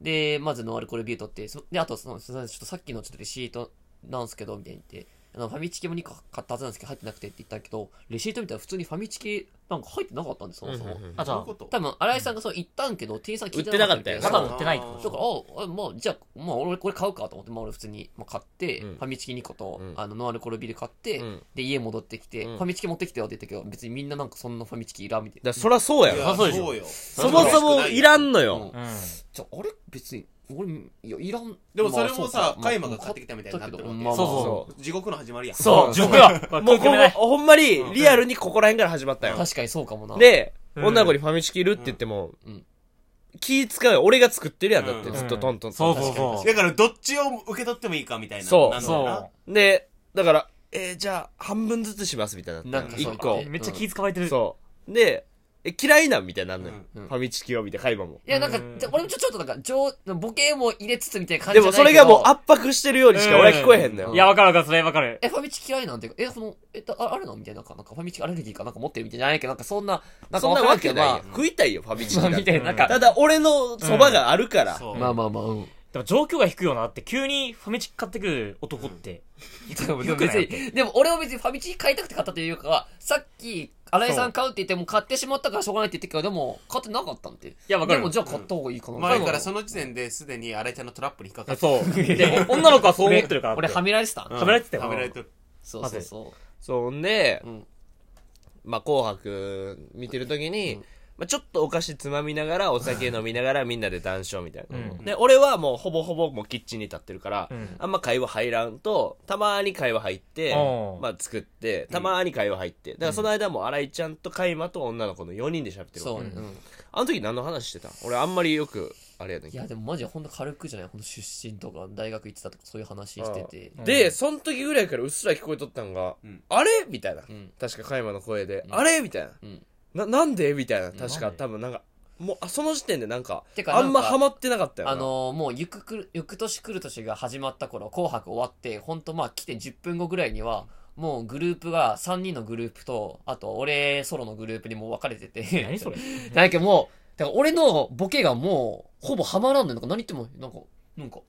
Speaker 5: で、まずノンアルコールビール取って、そで、あと、その、すいませんちょっとさっきのちょっとレシートなんすけど、みたいに言って、あの、ファミチキも2個買ったはずなんですけど、入ってなくてって言ったけど、レシート見たら普通にファミチキなんか入ってなかったんです、そもそも。
Speaker 3: あ、じゃ
Speaker 4: どうい
Speaker 3: あ
Speaker 4: う、こと
Speaker 5: 多分、新井さんがそう言ったんけど、店員さん聞いてみい
Speaker 1: 売ってなかったよ
Speaker 3: ま
Speaker 1: ね
Speaker 3: だ売ってないって
Speaker 5: だ
Speaker 3: こ
Speaker 5: から、あ、あまあ、じゃあ、まあ、俺、これ買うかと思って、まあ、俺普通に、まあ、買って、
Speaker 1: うん
Speaker 5: ファミチキ2個と、
Speaker 1: うん
Speaker 5: あの、ノンアルコールビール買って、
Speaker 1: うん
Speaker 5: で、家戻ってきて、
Speaker 1: うん
Speaker 5: ファミチキ持ってきてよって言ったけど、別にみんななんかそんなファミチキいらんみたい
Speaker 1: だ
Speaker 5: な。
Speaker 1: からそらそうや
Speaker 4: い
Speaker 1: ろ。
Speaker 4: や
Speaker 3: そうでしょ
Speaker 4: よ。
Speaker 1: そもそもいらんの
Speaker 5: う
Speaker 1: よ
Speaker 5: ん。
Speaker 3: とうん。
Speaker 5: じゃあ、あれ別に、俺、いや、いらん。
Speaker 4: でもそ
Speaker 5: ま
Speaker 4: れも
Speaker 5: あそうか、
Speaker 4: さ
Speaker 5: まあ
Speaker 4: カイマが買ってきたみたいになってるわけ。
Speaker 5: まあ
Speaker 3: そうそ
Speaker 1: そう
Speaker 4: 地獄の始まりや。
Speaker 3: そうう、地獄よ。
Speaker 1: も
Speaker 3: も
Speaker 1: う
Speaker 3: う
Speaker 1: こ
Speaker 3: 決
Speaker 1: こ
Speaker 3: めない。
Speaker 1: ほんまにリアルにここら辺から始まったよ、
Speaker 5: 確かにそうかもな。
Speaker 1: で、
Speaker 3: うん
Speaker 1: 女の子にファミチキいるって言っても、
Speaker 5: うん
Speaker 1: 気使うよ俺が作ってるやんだって、
Speaker 4: うん
Speaker 1: ずっとトントントン
Speaker 3: そうそうそ
Speaker 4: だからどっちを受け取ってもいいかみたいな。
Speaker 1: そう
Speaker 3: う。
Speaker 4: なんだろ
Speaker 3: そ
Speaker 1: でだからえーじゃあ半分ずつしますみたいにな
Speaker 5: なんかそう
Speaker 1: 1個
Speaker 3: う。めっちゃ気使われてる。
Speaker 1: そうでえ嫌いなんみたいになるのよ、
Speaker 5: うん
Speaker 1: ファミチキをみたいな会話も
Speaker 5: いや、なんか
Speaker 3: うん、
Speaker 5: 俺もちょちょっとなんか、上、ボケも入れつつみたいな感
Speaker 1: で
Speaker 5: じじゃな
Speaker 1: も
Speaker 5: いけ
Speaker 1: そ
Speaker 5: ど
Speaker 1: れがもう圧迫してるようにしか俺は聞こえへんのよ、
Speaker 5: う
Speaker 3: いや、わかるわかる、それわかる。
Speaker 5: え、ファミチキ嫌いなんて、え、その、えっと、ああるのみたいな、なんか、なんかファミチキアレルギーかなんか持ってるみたいじゃないけど、なんかそんな、なんか
Speaker 1: そんな
Speaker 5: わか
Speaker 1: わ
Speaker 5: る
Speaker 1: け
Speaker 5: けど
Speaker 1: ないよ、食いたい よファミチキ
Speaker 5: まあ、
Speaker 1: だ
Speaker 5: まあ、 み
Speaker 1: ったて
Speaker 5: いな、なんか、
Speaker 1: ただ俺のそばがあるから、
Speaker 4: そう。
Speaker 5: まあまあまあ、うん。
Speaker 3: でも状況が引くよなって、急にファミチキ買ってくる男って。
Speaker 5: でも別に、でも俺は別にファミチキ買いたくて買ったというよりかは、さっき、新井さん買うって言っても買ってしまったからしょうがないって言ってたけど、でも、買ってなかったんで。い
Speaker 3: やわかる
Speaker 5: でもじゃあ買った方がいいかな。
Speaker 4: 前からそ
Speaker 5: の、
Speaker 4: の時点ですでに荒井ちゃんのトラップに引っかかった。
Speaker 3: そ う。で、女の子はそう思ってるからって。
Speaker 5: 俺はめられてた。
Speaker 4: うん
Speaker 3: はめられてたよ
Speaker 4: はめられてる。
Speaker 5: そうそうそ
Speaker 1: そんで、
Speaker 5: う。うん。
Speaker 1: まあ、紅白見てる時に、
Speaker 5: うん
Speaker 1: まあ、ちょっとお菓子つまみながらお酒飲みながらみんなで談笑みたいな、
Speaker 3: うん
Speaker 1: で俺はもうほぼほぼもうキッチンに立ってるから、
Speaker 3: うん
Speaker 1: あんま会話入らんとたまに会話入って、
Speaker 3: うん
Speaker 1: まあ、作ってたまに会話入ってだからその間も新井ちゃんと海馬と女の子の4人で喋ってるわ
Speaker 5: そうね。うん。
Speaker 1: あの時何の話してた俺あんまりよくあれやねん
Speaker 5: い
Speaker 1: け
Speaker 5: や、
Speaker 1: ど
Speaker 5: でもマジでほんと軽くじゃないほんと出身とか、大学行ってたとか、そういう話してて。
Speaker 1: で、その時ぐらいからうっすら聞こえとったんが、
Speaker 4: うん
Speaker 1: あれみたいな、
Speaker 5: ん
Speaker 1: 確か加山の声で、あれみたいな、
Speaker 5: うん
Speaker 1: ななんでみたいな確
Speaker 5: な
Speaker 1: か
Speaker 5: んで
Speaker 1: 多分なんかもうあその時点でなんか
Speaker 5: てか
Speaker 1: あんま
Speaker 5: なんか
Speaker 1: ハマってなかったよな
Speaker 5: あのーもう、ゆくくる、ゆく年来る年が始まった頃、紅白終わって、ほんとまあ来て10分後ぐらいには、もうグループが、3人のグループと、あと俺ソロのグループにもう分かれてて。
Speaker 3: 何 それ
Speaker 5: だけどもう、だから俺のボケがもう、ほぼハマらんのよ。なんか何言っても、なんか、なんか、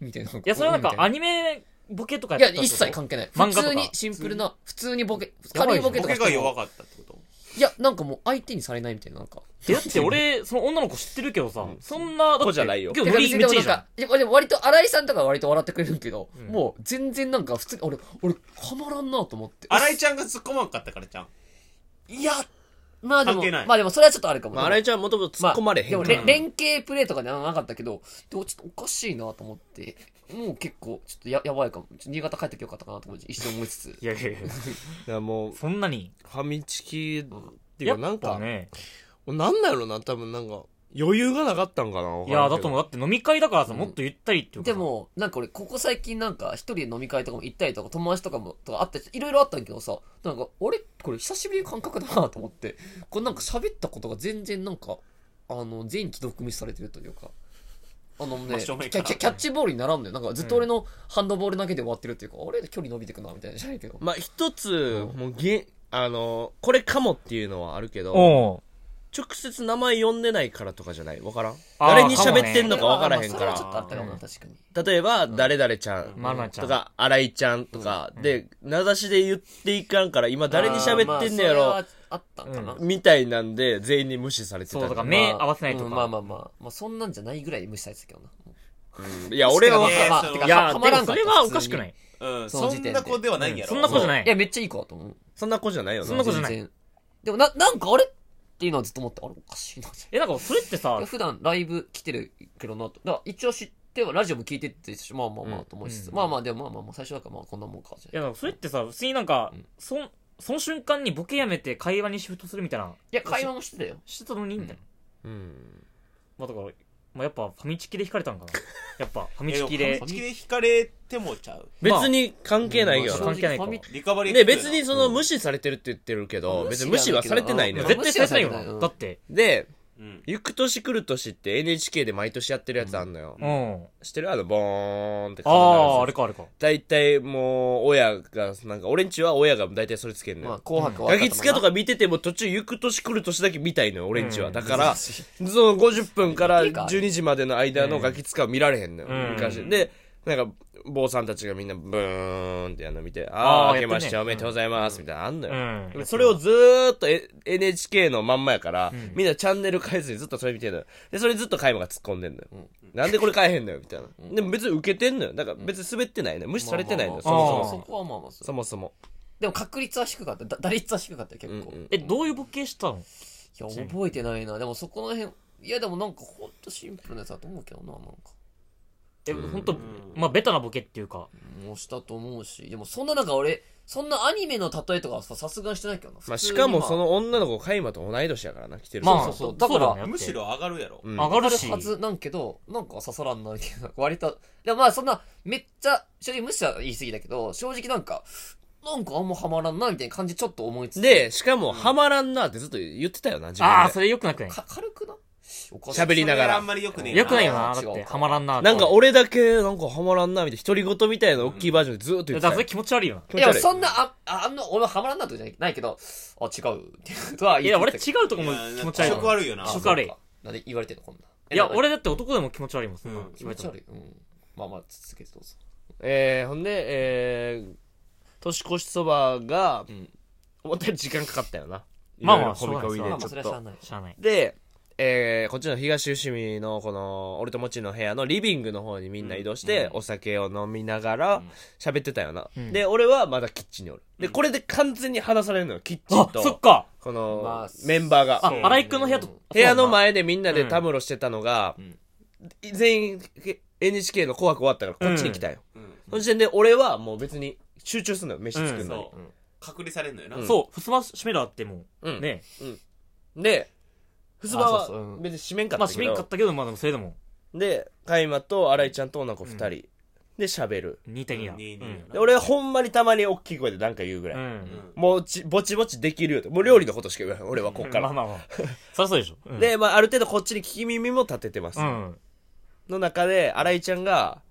Speaker 5: みたいな。い
Speaker 3: いや、それはなんかア
Speaker 5: い
Speaker 3: ニメボケとか
Speaker 5: や、
Speaker 3: ったって
Speaker 5: 一
Speaker 3: こと
Speaker 5: 切関係ない。
Speaker 3: 漫
Speaker 5: 普
Speaker 3: 画とか
Speaker 5: 通にシンプルな、普通にボケ、
Speaker 3: やば
Speaker 5: 軽
Speaker 3: い
Speaker 5: い
Speaker 3: じゃん
Speaker 5: ボケとか
Speaker 4: ボケ
Speaker 5: して
Speaker 4: が
Speaker 5: も
Speaker 4: 弱かったってこと
Speaker 5: いや、なんかもう相手にされないみたいな、なんか。
Speaker 3: いやだって俺、その女の子知ってるけどさ、そんな、だって
Speaker 1: 子じゃないよ
Speaker 3: 今
Speaker 5: て
Speaker 3: 日
Speaker 5: か
Speaker 3: ノ
Speaker 5: 別
Speaker 3: リ
Speaker 5: に
Speaker 3: め
Speaker 5: でも
Speaker 3: っち
Speaker 5: ない
Speaker 3: ゃい
Speaker 5: ん
Speaker 3: じゃん
Speaker 5: か、でもでも割と新井さんとかは割と笑ってくれるけど、もう全然なんか普通に、俺、俺、ハマらんなと思って。
Speaker 4: 荒井ちゃんが突っ込まんかったからじゃん。
Speaker 5: いや、まあでも
Speaker 4: 関係ない、
Speaker 5: まあでもそれはちょっとあるかも。
Speaker 1: まあ、新井ちゃんもともと突っ込まれへん
Speaker 5: でも
Speaker 1: から、
Speaker 5: れ連携プレーとかではなかったけど、でもちょっとおかしいなと思って、もう結構、ちょっとややばいかも。ちょっと新潟帰ってきよかったかなと思って、一瞬思いつつ。
Speaker 3: いやいやいや、
Speaker 1: だからもうフ
Speaker 3: そんなに。
Speaker 1: ァミチキっていう
Speaker 3: や
Speaker 1: かなん
Speaker 3: っぱ
Speaker 1: か、
Speaker 3: ね。
Speaker 1: なんだろうな多分なんか余裕がなかったんかな分
Speaker 3: い
Speaker 1: からん
Speaker 3: や、
Speaker 1: けど
Speaker 3: だともうだって飲み会だからさ、
Speaker 5: うん
Speaker 3: もっとゆったりっていうか
Speaker 5: で
Speaker 3: さ。
Speaker 5: も、なんか俺、ここ最近なんか、一人で飲み会とかも行ったりとか、友達とかも、とかあったり、いろいろあったんやけどさ、なんか、俺、これ久しぶりの感覚だなと思って、これなんか喋ったことが全然なんか、あの、全機読無視されてるというか、あの
Speaker 4: 真
Speaker 5: ね、キ
Speaker 4: 正
Speaker 5: ャ
Speaker 4: 面
Speaker 5: キ
Speaker 4: から
Speaker 5: ャキャッチボールにならんのよ。なんかずっと俺のハンドボール投げで終わってるっていうか、俺距離伸びてくな、みたいなじゃないけど。
Speaker 1: まあ一つ、もうげあのこれかもっていうのはあるけど
Speaker 3: おう
Speaker 1: 直接名前呼んでないからとかじゃないわからん
Speaker 3: あー
Speaker 1: 誰に喋ってんのか分からへん
Speaker 5: そ
Speaker 1: か
Speaker 5: れは
Speaker 1: ら
Speaker 5: ちょっとあったかもな、確かに。
Speaker 1: 例えば、誰々ちゃん
Speaker 3: まなちゃん
Speaker 1: とか、新井ちゃんとか、で、名指しで言っていかんから、今誰に喋ってんのやろ
Speaker 5: あーまあ、それはあったんかな。
Speaker 1: みたいなんで、全員に無視されてたん
Speaker 3: そ
Speaker 1: だ
Speaker 3: うだから
Speaker 1: よ。
Speaker 3: 目合わせないとか
Speaker 5: うんまあまあまあ。まあそんなんじゃないぐらい無視されてたけどな。
Speaker 1: いや、俺はわ
Speaker 4: いや
Speaker 1: か
Speaker 4: いや
Speaker 5: まあ
Speaker 4: それ
Speaker 5: て
Speaker 4: は
Speaker 5: か
Speaker 3: いや、
Speaker 5: は
Speaker 3: で
Speaker 5: まら
Speaker 3: も
Speaker 5: んか
Speaker 3: そ
Speaker 5: った。
Speaker 3: れはおかしくないい。
Speaker 4: うん。
Speaker 5: その
Speaker 4: そ
Speaker 5: 時
Speaker 4: ん
Speaker 5: 点で
Speaker 4: な子ではないんやろ。
Speaker 3: そんな子じゃない
Speaker 5: いや、めっちゃいい子だと思う。
Speaker 1: そんな子じゃないよ
Speaker 3: そん
Speaker 1: な
Speaker 3: な子。じゃない
Speaker 5: 全然。でもな、なんかあれっていうのはずっと思って、あれおかしいな。
Speaker 3: え、なんかそれってさ
Speaker 5: いや、普段ライブ来てるけどなと。だから一応知っては、ラジオも聞いてってし、まあまあまあと思いつつ、
Speaker 3: うん
Speaker 5: まあまあでもまあまあまあ最初だからまあこんなもんか。じゃ
Speaker 3: いや、
Speaker 5: あ
Speaker 3: なんかそれってさ、普通になんか、そんその瞬間にボケやめて会話にシフトするみたいな、
Speaker 5: いや、会話もしてたよ。
Speaker 3: してたのにみたいな。
Speaker 1: うん。
Speaker 3: まあだから、まあやっぱファミチキで引かれたんかな。やっぱファミ
Speaker 4: え
Speaker 3: チ
Speaker 4: ー
Speaker 3: キ
Speaker 4: で
Speaker 3: で
Speaker 4: も。。地で引かれてもちゃう。
Speaker 3: まあ
Speaker 1: 別に関係ないよ
Speaker 3: まあ
Speaker 1: な。
Speaker 3: 関係ないか
Speaker 5: 正直ファミ
Speaker 4: リカバリー
Speaker 1: で、
Speaker 4: が来
Speaker 1: 別
Speaker 4: る
Speaker 1: に
Speaker 4: な
Speaker 1: その無視されてるって言ってるけど、別に無視はされてない
Speaker 3: い
Speaker 1: の
Speaker 3: や
Speaker 1: よ。
Speaker 3: 絶対されてないよ
Speaker 5: 無視はされてない
Speaker 3: な。
Speaker 5: うん
Speaker 3: だって。
Speaker 1: で、
Speaker 4: うん。
Speaker 1: ゆく年来る年って NHK で毎年やってるやつあんのよ。
Speaker 3: うん。
Speaker 1: 知ってるあの、ボーンって
Speaker 3: ああ、あれかあれか。
Speaker 1: 大体もう、親が、なんか、俺んちは親が大体それつけるの
Speaker 5: まあ
Speaker 1: よ。
Speaker 5: 紅白は。
Speaker 1: ガキツカとか見てても途中行く年来る年だけ見たいのよ、俺んちは。
Speaker 3: うん
Speaker 1: だから、その50分から
Speaker 5: いいか
Speaker 1: 12時までの間のガキツカは見られへんのよ、
Speaker 3: うん
Speaker 1: 昔。で、なんか、坊さんたちがみんなブーンってやるの見て、
Speaker 3: あー
Speaker 1: ああ、明け
Speaker 3: やって
Speaker 1: ま
Speaker 3: ね
Speaker 1: しておめでとうございます、みたいなのあんの
Speaker 3: う
Speaker 1: よ。
Speaker 3: ん。
Speaker 1: それをずーっとえ NHK のまんまやから、
Speaker 3: ん
Speaker 1: みんなチャンネル変えずにずっとそれ見てるのよ。で、それずっとカイマが突っ込んでんのよ。なんでこれ変えへんのよ、みたいな。でも別に受けてんのよ。だから別に滑ってないのよ。無視されてないのよ、そ
Speaker 5: まあまあま
Speaker 1: も
Speaker 5: あ
Speaker 3: あ
Speaker 1: そ
Speaker 5: そ
Speaker 1: も。
Speaker 5: こはまあまあそ
Speaker 1: そうもそも。
Speaker 5: でも確率は低かった。だ打率は低かったよ、結構。
Speaker 1: うんうん
Speaker 3: え、どういうボケしたの
Speaker 5: いや、覚えてないな。でもそこの辺、いやでもなんかほんとシンプルなやつだと思うけどな、なんか。
Speaker 3: え、ほんと、まあ、ベタなボケっていうか、
Speaker 5: もしたと思うし、でもそんな中俺、そんなアニメの例えとかはささすがにしてないけどな。
Speaker 1: まあ、
Speaker 5: 普通
Speaker 1: し
Speaker 5: に
Speaker 1: かもそ、の女の子、カイマと同い年やからな、来てる
Speaker 3: ま
Speaker 5: そう
Speaker 3: あ
Speaker 5: そう
Speaker 3: そう
Speaker 5: だから
Speaker 3: だよね
Speaker 4: むしろ上がるやろ。
Speaker 1: うん
Speaker 3: 上
Speaker 5: あ
Speaker 3: がる
Speaker 5: る
Speaker 3: し、
Speaker 5: はずなんけど、なんか刺さらんな、みたいな。割と、でもまあそんな、めっちゃ、正直無視は言い過ぎだけど、正直なんか、なんかあんまハマらんな、みたいな感じちょっと思いつつ。
Speaker 1: で、しかも、ハマらんなってずっと言ってたよな、自
Speaker 3: ああ、
Speaker 1: 分
Speaker 3: それ良くなくない
Speaker 5: か、軽くなおかしい
Speaker 1: 喋りなが
Speaker 4: それ
Speaker 1: ら
Speaker 4: あんまり良くねえ。
Speaker 3: 良くないよな、
Speaker 5: あ
Speaker 3: だ
Speaker 5: ー
Speaker 3: っ
Speaker 5: 違
Speaker 3: て、
Speaker 5: うか
Speaker 3: はまらんな。
Speaker 1: で。なんか、俺だけ、なんかハマらんな、みたいな、独り言みたいな大きいバージョンでずっと言
Speaker 3: だ
Speaker 1: ってた
Speaker 3: から
Speaker 1: よ。
Speaker 3: それ気持ち悪いよな。
Speaker 1: 気
Speaker 5: い
Speaker 1: 持ち
Speaker 5: や、
Speaker 1: 悪い
Speaker 5: そんな、あ、ああんな、俺はハマらんなとかじゃないないけど、あ、違う。と はい言
Speaker 3: や、
Speaker 5: っ
Speaker 3: 俺
Speaker 5: て
Speaker 3: 違
Speaker 5: たけど
Speaker 3: うとこも気持ち悪い
Speaker 4: 食
Speaker 3: もん。
Speaker 4: 悪いよな。
Speaker 5: あ
Speaker 3: 気持ち悪い
Speaker 5: そうかなんで言われてんの、こんな。
Speaker 3: いや、、俺だって男でも気持ち悪いもん、そんな
Speaker 4: うん
Speaker 5: 気
Speaker 3: 気
Speaker 5: 持
Speaker 3: 持
Speaker 5: ち
Speaker 3: ち悪い。
Speaker 5: 悪い。うん。まあまあ、続けてどうぞ。
Speaker 1: えー、ほんで、えー、年越しそばが、思ったより時間かかったよな。
Speaker 3: まあまあ
Speaker 1: いろいろ込み込み
Speaker 3: そう
Speaker 1: で
Speaker 3: だ
Speaker 1: ち
Speaker 5: ま
Speaker 1: ょ
Speaker 5: あ
Speaker 1: っと
Speaker 5: まあ、それは知らない。
Speaker 3: しゃあない。
Speaker 1: で、えー、こっちの東伏見のこの俺ともちの部屋のリビングの方にみんな移動して、お酒を飲みながら喋ってたよな、
Speaker 3: ん
Speaker 1: で俺はまだキッチンにおるでこれで完全に離されるのよキッチン
Speaker 3: あ、そ
Speaker 1: と
Speaker 3: っか
Speaker 1: この、
Speaker 5: まあ
Speaker 1: メンバー
Speaker 3: あ
Speaker 1: が、
Speaker 3: 荒井くんの部屋と、
Speaker 1: 部屋の前でみんなでたむろしてたのが、
Speaker 5: ん
Speaker 1: 全員 NHK の「紅白」終わったからこっちに来たよ、
Speaker 4: うん
Speaker 1: その時点で俺はもう別に集中するのよ飯作るのに、
Speaker 4: そう。隔離されんのよな。
Speaker 1: うん
Speaker 3: そう、ふすま閉めるあっても、
Speaker 1: うん
Speaker 3: ね
Speaker 1: でふすま
Speaker 5: あそうそうう
Speaker 1: は
Speaker 5: ん
Speaker 1: 別に閉めんか
Speaker 3: ま
Speaker 1: っ
Speaker 3: あ
Speaker 1: た
Speaker 3: 閉
Speaker 1: け
Speaker 3: め
Speaker 1: ど、
Speaker 3: んかったけど、まあでもそれでも、
Speaker 1: で、カイマと新井ちゃんと女の子二人、で喋る。
Speaker 3: 2対2だ。
Speaker 4: 二二
Speaker 3: う
Speaker 1: で、俺はほんまにたまに大きい声で何か言うぐらい。
Speaker 3: ん。うん
Speaker 4: ん
Speaker 1: もうち、ぼちぼちできるよと。もう料理のことしか言わない。俺はこっか
Speaker 3: まあ
Speaker 1: ら。
Speaker 3: まあまあ。そりゃそうでしょ。うん、
Speaker 1: で、まあ、ある程度こっちに聞き耳も立ててます。
Speaker 3: うん。
Speaker 1: の中で、新井ちゃんが、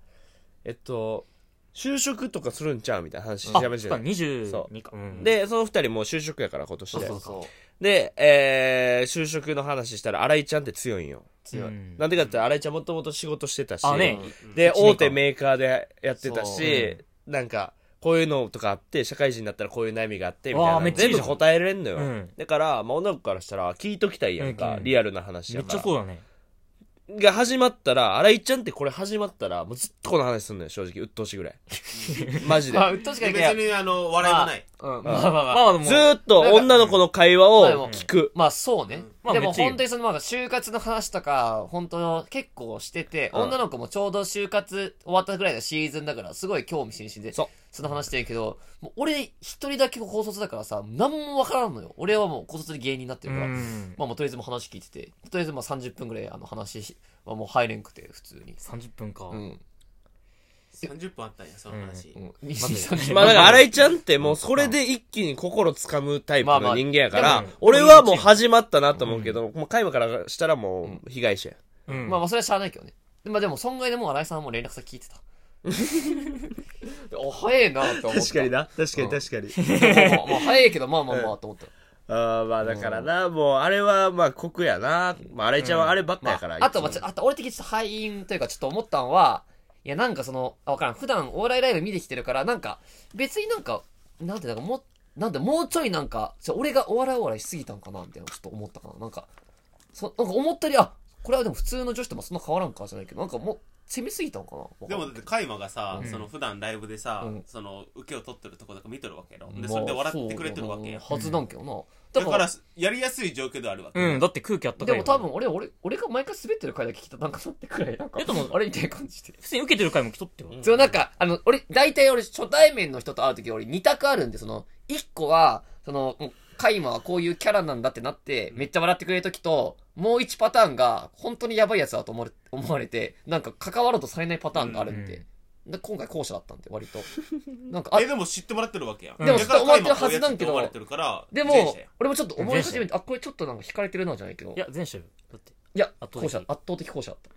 Speaker 1: えっと、就職とかするんちゃうみたいな話し
Speaker 3: あ、
Speaker 1: ゃべっ
Speaker 3: そ
Speaker 1: て
Speaker 3: っか、
Speaker 1: た。
Speaker 3: 22か。うん、
Speaker 1: で、その二人もう就職やから今年で。
Speaker 5: そうそう。
Speaker 1: で、えー、就職の話したら、新井ちゃんって強いんよ。
Speaker 5: 強い。
Speaker 3: うん
Speaker 1: なんでかって言ったら新井ちゃんもともと仕事してたし。
Speaker 3: あね
Speaker 1: で、
Speaker 3: 一年間
Speaker 1: 大手メーカーでやってた
Speaker 5: そ
Speaker 1: し、なんか、こういうのとかあって、社会人になったらこういう悩みがあって、みたい
Speaker 3: わ
Speaker 1: な
Speaker 3: あめ
Speaker 1: の。
Speaker 3: っちゃいい
Speaker 1: 全
Speaker 3: じゃ
Speaker 1: 部
Speaker 3: ん
Speaker 1: 答えれんのよ。
Speaker 3: うん
Speaker 1: だから、まあ、女の子からしたら、聞いときたいやんか、
Speaker 3: うん
Speaker 1: リアルな話
Speaker 3: め
Speaker 1: や
Speaker 3: っ
Speaker 1: か
Speaker 3: ち
Speaker 1: ら。
Speaker 3: ゃそうだね。
Speaker 1: が始まったら、新井ちゃんってこれ始まったら、もうずっとこの話すんのよ、正直。鬱陶しいぐらい。マジで。
Speaker 5: まあ、うっとうしか
Speaker 4: 別
Speaker 5: いけない。
Speaker 4: に、あの、笑いもない。
Speaker 5: うん、まあまあま
Speaker 3: ま
Speaker 5: あ
Speaker 3: あ。まあでも、
Speaker 1: ずーっと女の子の会話を聞く。
Speaker 5: まあそうね。
Speaker 3: まあ
Speaker 5: でも
Speaker 3: めっちゃいいよ
Speaker 5: 本当にそのまあ就活の話とか、本当結構してて、
Speaker 1: うん
Speaker 5: 女の子もちょうど就活終わったぐらいのシーズンだから、すごい興味津々で、
Speaker 1: そう
Speaker 5: の話してるけど、もう俺一人だけ高卒だからさ、なんもわからんのよ。俺はもう高卒で芸人になってるから。
Speaker 3: うん。
Speaker 5: まあもうとりあえずもう話聞いてて、とりあえずまあ30分ぐらいあの話はもう入れんくて、普通に。
Speaker 3: 30分か。
Speaker 5: うん。
Speaker 4: 30分あったんや、その話
Speaker 5: う。ん。23
Speaker 1: まあだから、新井ちゃんってもうそれで一気に心掴むタイプ
Speaker 5: まあま
Speaker 1: の
Speaker 5: あ
Speaker 1: 人間やか
Speaker 5: で
Speaker 1: ら
Speaker 5: も、
Speaker 1: 俺はもう始まったなと思うけど、もう会話からしたらもう被害者や。
Speaker 3: うん。
Speaker 5: まあまあそれはしゃあないけどね。でまあでも、損害でもう新井さんはもう連絡先聞い てた。お早えなと思った。
Speaker 1: 確かにな。確かに確かに。
Speaker 5: まあまあ早いけど、まあまあまあと思った。
Speaker 1: ああ、まあだからな、もうあれはまあ酷やな。まあ、あれちゃんはあればっか
Speaker 5: ま
Speaker 1: やから。
Speaker 5: あ、あと、まあちょあと俺的にちょっと敗因というか、ちょっと思ったんは、いや、なんかその、あ、わからん。普段、お笑いライブ見てきてるから、なんか、別になんか、なんて、なんかもう、なんで、もうちょいなんか、ちょ俺がお笑いお笑いしすぎたんかな、みたいな、ちょっと思ったかな。なんか、そなんか思ったより、あ、これはでも普通の女子ともそんな変わらんかじゃないけど、なんかもう、攻めすぎたんかな。わか
Speaker 4: で
Speaker 5: らん
Speaker 4: もだって、カイマがさ、
Speaker 3: ん
Speaker 4: その普段ライブで
Speaker 5: う
Speaker 4: さ
Speaker 5: ん、
Speaker 4: その、受けを取ってるとこだから見てるわけやろ。
Speaker 5: ま
Speaker 4: で、
Speaker 5: あ
Speaker 4: それで笑ってくれてるわけや。
Speaker 5: そうだなはずなんけどな。
Speaker 4: だから、やりやすい状況ではあるわけ。
Speaker 3: うん、だって空気あったか
Speaker 5: で
Speaker 3: い。
Speaker 5: も多。分俺、俺、俺が毎回滑ってる回だけ聞いたなんかなってくらい、 なんか、あれみたいな感じで。
Speaker 3: 普通に受けてる回も来とってよ。
Speaker 5: そう、なんか、あの、俺、大体俺、初対面の人と会うとき俺、二択あるんで、その、一個は、その、もうカイマはこういうキャラなんだってなって、めっちゃ笑ってくれるときと、もう一パターンが、本当にやばいやつだと思われ 思われて、なんか関わろうとされないパターンがあるんで。で今回後者だったんで、割 と。なんか、あ
Speaker 4: え、、でも知ってもらってるわけや。
Speaker 3: で
Speaker 5: も
Speaker 4: だから
Speaker 5: 知ってもらってる
Speaker 4: カイマこういう
Speaker 5: はず
Speaker 4: やつ
Speaker 5: なんけど
Speaker 4: 思われてるから、
Speaker 5: で
Speaker 4: 前
Speaker 5: も
Speaker 4: 者や、
Speaker 5: 俺もちょっと思い始めて、あ、これちょっとなんか惹かれてるなじゃないけど。
Speaker 3: いや、前者よ。だって。
Speaker 5: いや、
Speaker 3: 圧倒的
Speaker 5: 後者、圧倒的後者だった。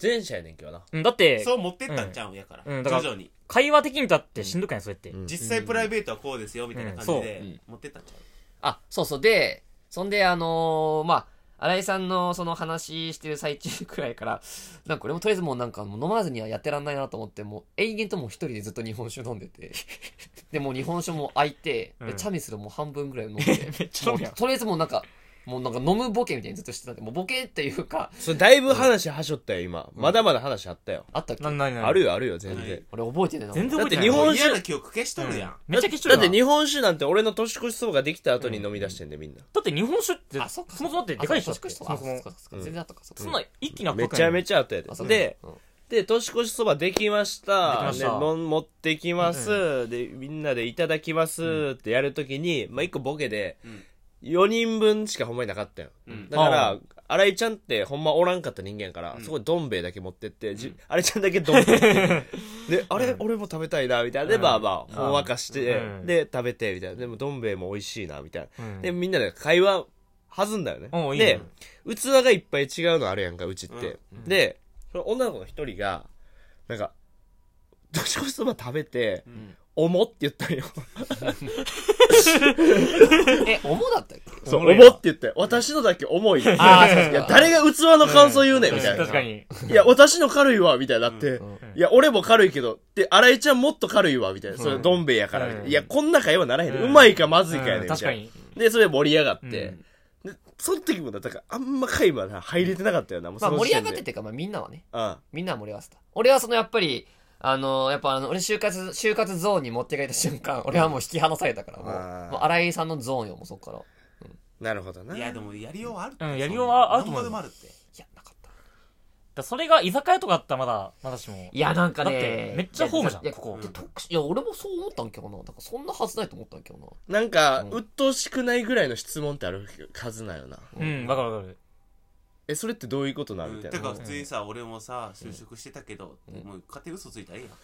Speaker 1: 前者やねんけどな。
Speaker 3: うん、だって、
Speaker 4: そう持ってったんちゃうんやから。
Speaker 3: うんうん
Speaker 4: 徐
Speaker 3: だから
Speaker 4: 々に。
Speaker 3: 会話的にだってしんどくない、そうやって。
Speaker 1: ん
Speaker 4: 実際プライベートはこうですよ、みたいな感じ
Speaker 5: うんそう
Speaker 4: で、持ってったんちゃう
Speaker 5: あ、そうそう。で、そんで、あのーまあ、新井さんのその話してる最中くらいから、なんか俺もとりあえずもうなんかもう飲まずにはやってらんないなと思って、もう永遠ともう一人でずっと日本酒飲んでて。 で、もう日本酒も空いて、
Speaker 3: う
Speaker 5: で
Speaker 3: ん
Speaker 5: チャミスルも半分くらい飲んで。
Speaker 3: めっちゃ飲むやん
Speaker 5: もうとりあえずもうなんか、もうなんか飲むボケみたいにずっとしてたんで、もうボケっていうか、
Speaker 1: それだいぶ話はしょったよ、今。まだまだ話あったよ。
Speaker 5: あったっけ
Speaker 3: なんなんなん
Speaker 1: あるよ、あるよ、全
Speaker 4: はい
Speaker 1: 然。
Speaker 5: 俺覚えてないな。
Speaker 3: 全然
Speaker 1: だっ
Speaker 3: 覚え
Speaker 1: て
Speaker 3: てない。
Speaker 1: 日本
Speaker 4: 嫌
Speaker 1: 酒、
Speaker 4: な記憶消しとるやん。
Speaker 3: めっちゃ消しと
Speaker 1: だ
Speaker 3: る
Speaker 1: って日本酒なんて俺の年越しそばができた後に飲み出してんで、みんな。
Speaker 3: だって日本酒って、
Speaker 5: あ、そっか。
Speaker 3: そもそもだってでかいでしょ。
Speaker 5: あそっかそっ
Speaker 3: だ
Speaker 5: か
Speaker 3: ってそもそも
Speaker 5: そっかそっか全然あったか、そっか
Speaker 3: そんな一気に悪く
Speaker 1: め
Speaker 3: なく
Speaker 1: ちゃめ
Speaker 3: ち
Speaker 1: ちゃあったや
Speaker 5: あ
Speaker 1: つ
Speaker 5: そっか
Speaker 1: で、
Speaker 5: うん
Speaker 1: で、年越しそばできました。
Speaker 3: できました
Speaker 1: でのん持ってきます、で、みんなでいただきます、ってやるときに、まあ、一個ボケで、4人分しかほんまになかったよ。だから、新井ちゃんってほんまおらんかった人間やから、そこにどん兵衛だけ持ってって、じあれちゃんだけどん兵衛って。で、あれ、俺も食べたいな、みたいな。で、まあまあ、ほんわかして、
Speaker 3: うん
Speaker 1: で、食べて、みたいな。でも、どん兵衛も美味しいな、みたいな。
Speaker 3: うん
Speaker 1: で、みんなで会話、弾んだよね。
Speaker 3: おういいね
Speaker 1: で、器がいっぱい違うのあるやんか、うちって。で、その女の子の一人が、なんか、年越しそば食べて、おもって言った んよ。
Speaker 5: え、重だったっけ
Speaker 1: そう、
Speaker 3: おもろい
Speaker 1: 重
Speaker 3: な
Speaker 1: って言って、私のだけ重い。い
Speaker 3: あー
Speaker 1: や、誰が器の感想言うねん、みたいな。
Speaker 3: 確かに。
Speaker 1: いや、私の軽いわ、みたいになって、いや、俺も軽いけど、で、新井ちゃんもっと軽いわ、みたいな。それ、どん兵衛やから、みたいな
Speaker 3: うん
Speaker 1: いや、こんな会話ならへんね、
Speaker 3: うん
Speaker 1: うまいかまずいかやね、
Speaker 3: うんん
Speaker 1: み
Speaker 3: 確
Speaker 1: た
Speaker 3: か
Speaker 1: い
Speaker 3: に。
Speaker 1: な。で、それ盛り上がって、でその時もな、だから、あんま会話な、入れてなかったよな、もう
Speaker 5: ま
Speaker 1: そ
Speaker 5: あ
Speaker 1: の時
Speaker 5: 盛り上
Speaker 1: 点
Speaker 5: が
Speaker 1: で
Speaker 5: ってっていうか、まあみんなはね。
Speaker 1: うん。
Speaker 5: みんなは盛り上がってた。俺はそのやっぱり、あの、やっぱあの、俺就活、就活ゾーンに持ってかれた瞬間、俺はもう引き離されたから、もう、
Speaker 1: あー
Speaker 5: もう荒井さんのゾーンよ、もうそっから。い
Speaker 1: なるほどな。
Speaker 4: いや、でもやりようはあるって。
Speaker 3: うんやりようはあると思う
Speaker 4: 何ぼでもあるって。
Speaker 5: や、なかった。
Speaker 3: だそれが居酒屋とかあったらまだ、まだしも。
Speaker 5: いや、なんか
Speaker 3: だっ
Speaker 5: ね
Speaker 3: て、めっちゃホームじゃん
Speaker 5: いや、
Speaker 3: ここ
Speaker 5: で特殊いや、俺もそう思ったんけどな。だからそんなはずないと思ったんけどな。
Speaker 1: なんか、
Speaker 5: うん
Speaker 1: 鬱陶しくないぐらいの質問ってある数なよな。
Speaker 3: うん、わかるわかる。
Speaker 1: え、それってどういうことな
Speaker 4: う
Speaker 1: の
Speaker 4: ん
Speaker 1: みたい
Speaker 4: て
Speaker 1: な。
Speaker 4: か普通にさ、俺もさ、就職してたけど、もう家庭嘘ついたらええやん。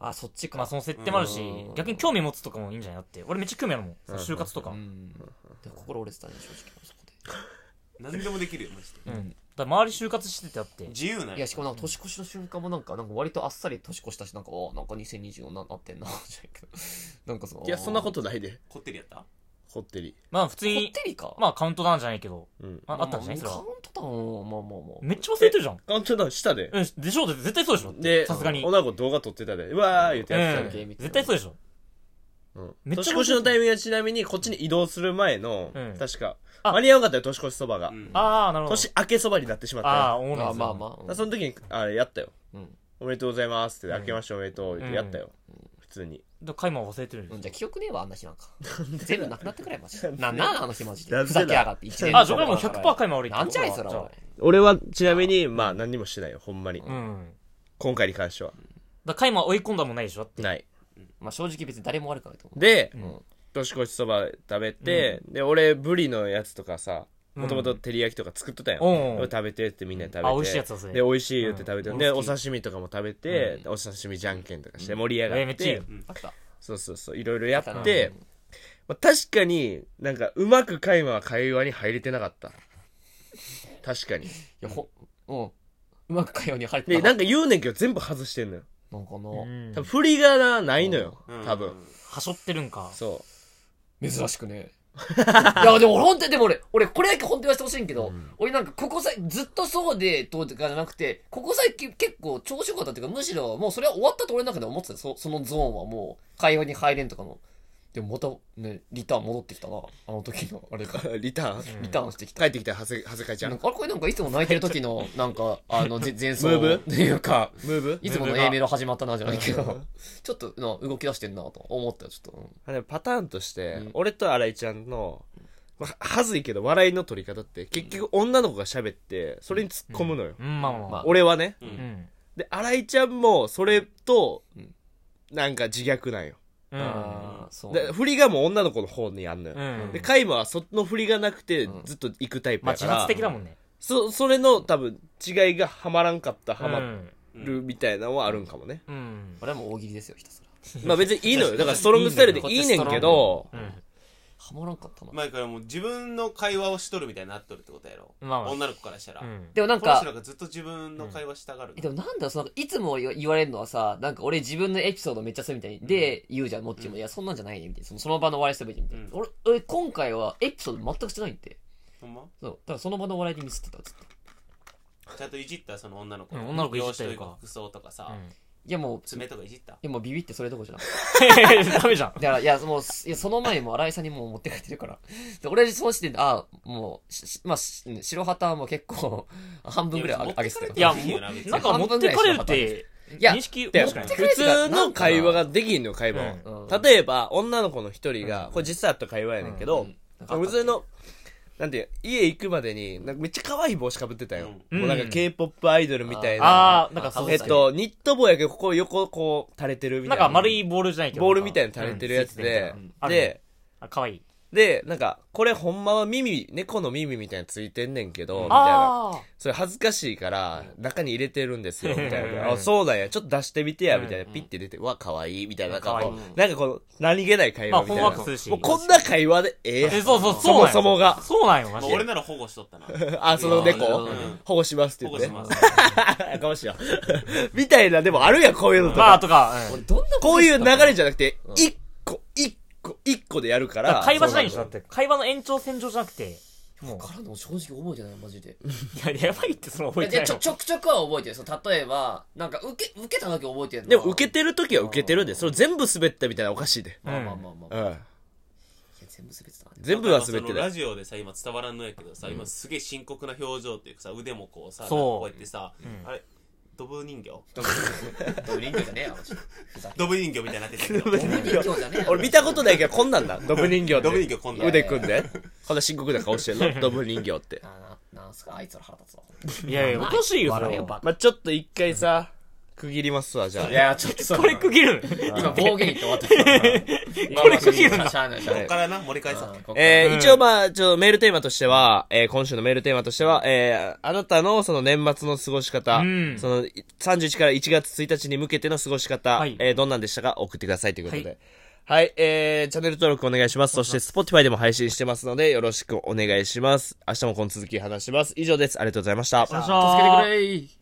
Speaker 5: あ、そっちか。
Speaker 3: まあその設定もあるし
Speaker 5: うん、
Speaker 3: 逆に興味持つとかもいいんじゃないだって。俺めっちゃ興味あるもん。その就活とか。
Speaker 5: う
Speaker 3: うん。
Speaker 5: ん。でも心折れてたね、正直。そこ
Speaker 4: 何でもできるよ、マジで。
Speaker 3: だから周り就活しててあって。
Speaker 4: 自由なん
Speaker 5: で。
Speaker 4: よ
Speaker 5: いや、しかもなんか年越しの瞬間もなんか、なんか割とあっさり年越したし、なんか、おーなんか2024ななってんな、じゃないけど。なんかその、。
Speaker 1: いや、そんなこととないで、
Speaker 4: こってりやった
Speaker 1: こってり。
Speaker 3: まあ普通
Speaker 5: こっ
Speaker 3: に、
Speaker 5: てりか。
Speaker 3: まあカウントダウンじゃないけど。
Speaker 1: うん。
Speaker 3: ああったんじゃないそ
Speaker 5: ま
Speaker 3: れ
Speaker 5: あ
Speaker 3: は
Speaker 5: カウ。ントダウン、まあまあまあ。
Speaker 3: めっちゃ忘れてるじゃん。
Speaker 1: カウントダウンしたで。
Speaker 3: うん、でしょう絶対そうでしょ。
Speaker 1: で、
Speaker 3: さすがに。
Speaker 1: 女の子動画撮ってたで、うわー言ってやってたで。
Speaker 3: うん絶対そうでしょ。
Speaker 1: うん
Speaker 3: めっちゃ
Speaker 1: 年越しのタイミングはちなみにこっちに移動する前の、
Speaker 3: うん
Speaker 1: 確か
Speaker 3: あ
Speaker 1: 間に合わなかったよ年越しそばが、
Speaker 4: うん
Speaker 3: ああ、なるほど。
Speaker 1: 年明けそばになってしまったよ
Speaker 3: ああ、思
Speaker 5: ま
Speaker 3: うな
Speaker 5: あ
Speaker 3: んです
Speaker 5: ま
Speaker 3: よ
Speaker 5: あま
Speaker 1: だか
Speaker 5: あ
Speaker 1: ら。その時にあれやったよ、
Speaker 5: うん
Speaker 1: おめでとうございますって、
Speaker 3: うん
Speaker 1: 明けましておめでとうってやったよ、普通に
Speaker 3: でカイマン忘れてるんで
Speaker 5: うん、
Speaker 3: しょ
Speaker 5: じゃあ記憶ねえわ、あんな日なんか。全部なくなってくれ、マジで。 なんなん、あの日マジ
Speaker 1: な
Speaker 5: で。
Speaker 1: んで
Speaker 5: ふ
Speaker 1: だ
Speaker 5: ざけやがって、一年
Speaker 3: あ、じゃあ俺もう100%カイマン俺
Speaker 5: なんじゃい、そら、
Speaker 3: じゃあ
Speaker 5: おい。
Speaker 1: 俺はちなみにまあ何にもしてないよほんまに、
Speaker 3: うん。
Speaker 1: 今回に関しては
Speaker 3: だからカイマン追い込んだもんないでしょだって。
Speaker 1: ない
Speaker 5: まあ正直別に誰も悪くないと思う。
Speaker 1: で、
Speaker 5: ん
Speaker 1: 年越しそば食べて、で俺ブリのやつとかさ
Speaker 3: うん
Speaker 1: もともと照り焼きとか作っとったやん、
Speaker 3: うん
Speaker 1: 俺食べてってみんなで食べて、
Speaker 3: あ美味しいやつだそれ
Speaker 1: で美味しいよって食べて、
Speaker 3: うん
Speaker 1: で
Speaker 3: 俺
Speaker 1: お
Speaker 3: 好き
Speaker 1: 刺身とかも食べて、お刺身じゃんけんとかして盛り上がって、
Speaker 3: えめっちゃいいよ
Speaker 5: あった。
Speaker 1: そうそうそう、いろいろやって、まあ、確かに、なんか、うまく会話は会話に入れてなかった。確かに。
Speaker 5: いや、ほ、うん。うまく会話に入って
Speaker 1: で、
Speaker 5: なか
Speaker 1: な
Speaker 5: っ
Speaker 1: んか言うねんけど全部外してんのよ。
Speaker 5: たなんか
Speaker 3: う
Speaker 5: な、
Speaker 3: ん
Speaker 1: 多分振りがな、ないのよ
Speaker 4: うん。
Speaker 1: 多分。
Speaker 3: はしょってるんか。
Speaker 1: そ
Speaker 5: 珍し くね。いや、でも本当に、でも俺、俺、これだけ本当に言わせてほしいんけど、俺なんか、ここさ、ずっとそうで、どうとかじゃなくて、ここ最近結構調子よかったっていうか、むしろ、もうそれは終わったと俺の中で思ってたよそそのゾーンはもう、会話に入れんとかの。でもまた、ね、リターン戻ってきたな。あの時の、あれが。
Speaker 1: う。リターン
Speaker 5: リターンしてきた。
Speaker 1: 帰ってきたら、はず、はずかいちゃ
Speaker 5: なん
Speaker 1: ん。
Speaker 5: か、あれこれなんかいつも泣いてる時の、なんか、あ の、ぜ前奏。
Speaker 1: ムーブ
Speaker 5: っていうか、
Speaker 1: ムーブ
Speaker 5: いつもの A メロ始まったなじゃないけど、ちょっとな動き出してんなと思ったよ、ちょっと。
Speaker 1: あれパターンとして、
Speaker 5: うん
Speaker 1: 俺と新井ちゃんの、まあ、はずいけど笑いの取り方って、結局女の子が喋って、それに突っ込むのよ。
Speaker 3: うん、まあまあま
Speaker 5: ま
Speaker 3: あ
Speaker 5: あ。
Speaker 1: 俺はね。
Speaker 4: うん
Speaker 3: うん。
Speaker 1: で、新井ちゃんも、それと
Speaker 5: うん、
Speaker 1: なんか自虐なんよ。
Speaker 3: うん。
Speaker 5: ああ、そう。
Speaker 1: で振りがもう女の子の方にあんのよ、
Speaker 3: うん
Speaker 1: でカイマはその振りがなくて
Speaker 5: うん
Speaker 1: ずっと行くタイプ
Speaker 3: まあ
Speaker 1: だか
Speaker 3: 自
Speaker 1: ら、
Speaker 3: 発的だもんね。
Speaker 1: そそれの多分違いがはまらんかったは
Speaker 3: う
Speaker 1: ま
Speaker 3: ん
Speaker 1: るみたいなのはあるんかもね、
Speaker 3: うん。
Speaker 5: これはもう大喜利ですよ、ひたすら。
Speaker 1: まあ別にいいのよだからストロングスタイルでいいねんけど
Speaker 3: うん。
Speaker 5: はまらんかったな。
Speaker 4: 前からもう自分の会話をしとるみたいになっとるってことやろ。
Speaker 3: まあまあ
Speaker 4: 女の子からしたら。
Speaker 3: うん
Speaker 5: でもなん
Speaker 4: この人
Speaker 5: か
Speaker 4: な、んかずっと自分の会話したがる
Speaker 5: え
Speaker 4: の。
Speaker 5: でもなんだろうその、いつも言われるのはさ、なんか俺自分のエピソードめっちゃするみたいで言うじゃん、もっちも。いや、そんなんじゃないね、みたいな。そのその場のお笑いすればいいみたいな
Speaker 4: う。ん
Speaker 5: 俺、俺今回はエピソード全くしてないんで。
Speaker 4: ほんま
Speaker 5: そう。だからその場のお笑いでミスってた、ずっと。
Speaker 4: ちゃんといじったその女の子。
Speaker 3: うん女の子いじったり
Speaker 4: と
Speaker 3: とか
Speaker 4: か。服装とかさ、
Speaker 5: いや、もう、
Speaker 4: 爪とかいじった。
Speaker 5: いや、もうビビってそれどころじゃなくて。
Speaker 3: ダメじゃん。
Speaker 5: だから、いや、もう、いやその前にもう新井さんにもう持って帰ってるから。で、俺、その時点で、あもう、ししまあ、しうん白旗はもう結構、 半分ぐらいあげ上げてたよ。
Speaker 3: いや、
Speaker 4: いいよな別に
Speaker 3: なんか持ってかれるって、
Speaker 5: いや
Speaker 3: 認識、
Speaker 1: で
Speaker 3: 確かに。
Speaker 1: 普通の会話ができんのよ会話は、
Speaker 5: うん
Speaker 1: 例えば女の子の一人がこれ実際あった会話やねんけど、
Speaker 5: うん
Speaker 1: 普通のなんて家行くまでになんかめっちゃ可愛い帽子かぶってたよ、
Speaker 3: うん
Speaker 1: もうなんか k p o p アイドルみたいな、
Speaker 3: あー、なんかそう
Speaker 1: えっとニット帽やけどここ横こう垂れてるみた
Speaker 3: ないん
Speaker 1: な
Speaker 3: か丸いボールじゃないけど。
Speaker 1: ボールみたいな垂れてるやつで、
Speaker 3: うん
Speaker 1: で
Speaker 3: あ、かわいい。
Speaker 1: でなんかこれほんまは耳猫の耳みたいなのついてんねんけどみたいな
Speaker 3: あ
Speaker 1: それ恥ずかしいから中に入れてるんですよみたい
Speaker 3: うん
Speaker 1: なあそうなんやちょっと出してみてやみたいな
Speaker 5: うん
Speaker 1: ピッて出てうわ可愛いみたいななんかこ
Speaker 3: 可
Speaker 1: うなんかこの何気ない会話みたいな、
Speaker 3: まあほんわかするし
Speaker 1: もうこんな会話でええや
Speaker 3: ー。
Speaker 1: ん
Speaker 3: え、そうそう、
Speaker 1: そ
Speaker 3: そうなん
Speaker 1: も
Speaker 3: よ
Speaker 1: そもが
Speaker 3: そうなんよ、マ
Speaker 4: まあ
Speaker 3: ジ
Speaker 4: 俺
Speaker 3: で。
Speaker 4: なら保護しとったな。
Speaker 1: あその猫
Speaker 5: うん
Speaker 1: 保護しますって
Speaker 4: 保
Speaker 1: 言
Speaker 4: 護
Speaker 1: って
Speaker 4: します。
Speaker 1: あかもしよう みたいなでもあるやんこういうのとか、
Speaker 3: まあ、とか、うん。
Speaker 5: どんな
Speaker 1: こういう流れじゃなくて
Speaker 5: ん
Speaker 1: 一個一個一個でやるから
Speaker 3: 会話じゃないんでしょ、
Speaker 1: そう
Speaker 3: だって。会話の延長線上じゃなくて。もう、
Speaker 5: からの正直覚えてないマジで
Speaker 3: いや、やばいってその覚え
Speaker 5: い
Speaker 3: て
Speaker 5: や
Speaker 3: ない
Speaker 5: ちょ
Speaker 3: の。
Speaker 5: ちょくちょくは覚えてるその例えばなんか受け受けただけ覚えてるの
Speaker 1: でも受けてる時は受けてるでそれ全部滑ったみたいなのおかしいで
Speaker 5: まあまあまあまあ、
Speaker 1: う
Speaker 5: いや
Speaker 1: ん
Speaker 5: 全部滑ってたね
Speaker 1: 全部は滑って
Speaker 4: その
Speaker 1: な
Speaker 4: ラ
Speaker 1: い
Speaker 4: ジオでさ、今伝わらんのやけどさ、今すげえ深刻な表情っていうかさ、腕もこうさ、
Speaker 3: そう
Speaker 4: こうやってさ、あれ、ドブ人形
Speaker 5: ドブ人形じゃねえよふざけん
Speaker 4: ドブ人形みたいになってたけど。
Speaker 5: なドブ人形じゃねえよ
Speaker 1: 俺見たことないけどこんなんだ ドブ人形って
Speaker 4: ドブ人形こんなん
Speaker 1: 腕組んでこんな深刻な顔してん のドブ人形って
Speaker 5: なななんすかあいつら腹立つわ
Speaker 3: いやいや、おかしいよ、そ
Speaker 5: 笑え
Speaker 3: れ
Speaker 5: よ
Speaker 3: は。
Speaker 5: バカ
Speaker 1: まあちょっと一回さ区切りますわじゃあ
Speaker 5: いやちょっとそ
Speaker 3: これ区切る
Speaker 5: 今暴言言って終わってたこ
Speaker 3: れ区切るんだ
Speaker 5: しゃあないしゃあ
Speaker 4: こ
Speaker 5: な
Speaker 4: っ
Speaker 5: い
Speaker 4: からな、盛り返さ。
Speaker 5: うんこっから
Speaker 1: えー
Speaker 3: うん
Speaker 1: 一応まあ、ちょっとメールテーマとしては、えー今週のメールテーマとしては、えーあなたのその年末の過ごし方、
Speaker 3: うん
Speaker 1: そのい31から1月1日に向けての過ごし方、
Speaker 3: はい
Speaker 1: えーどんなんでしたか送ってくださいということで。
Speaker 3: は
Speaker 1: はいい。えー、チャンネル登録お願いします。そして、Spotify でも配信してますので、よろしくお願いします。明日もこの続き話します。以上です。ありがとうございました。
Speaker 3: お願いし
Speaker 5: 助けて
Speaker 3: ま
Speaker 5: くれい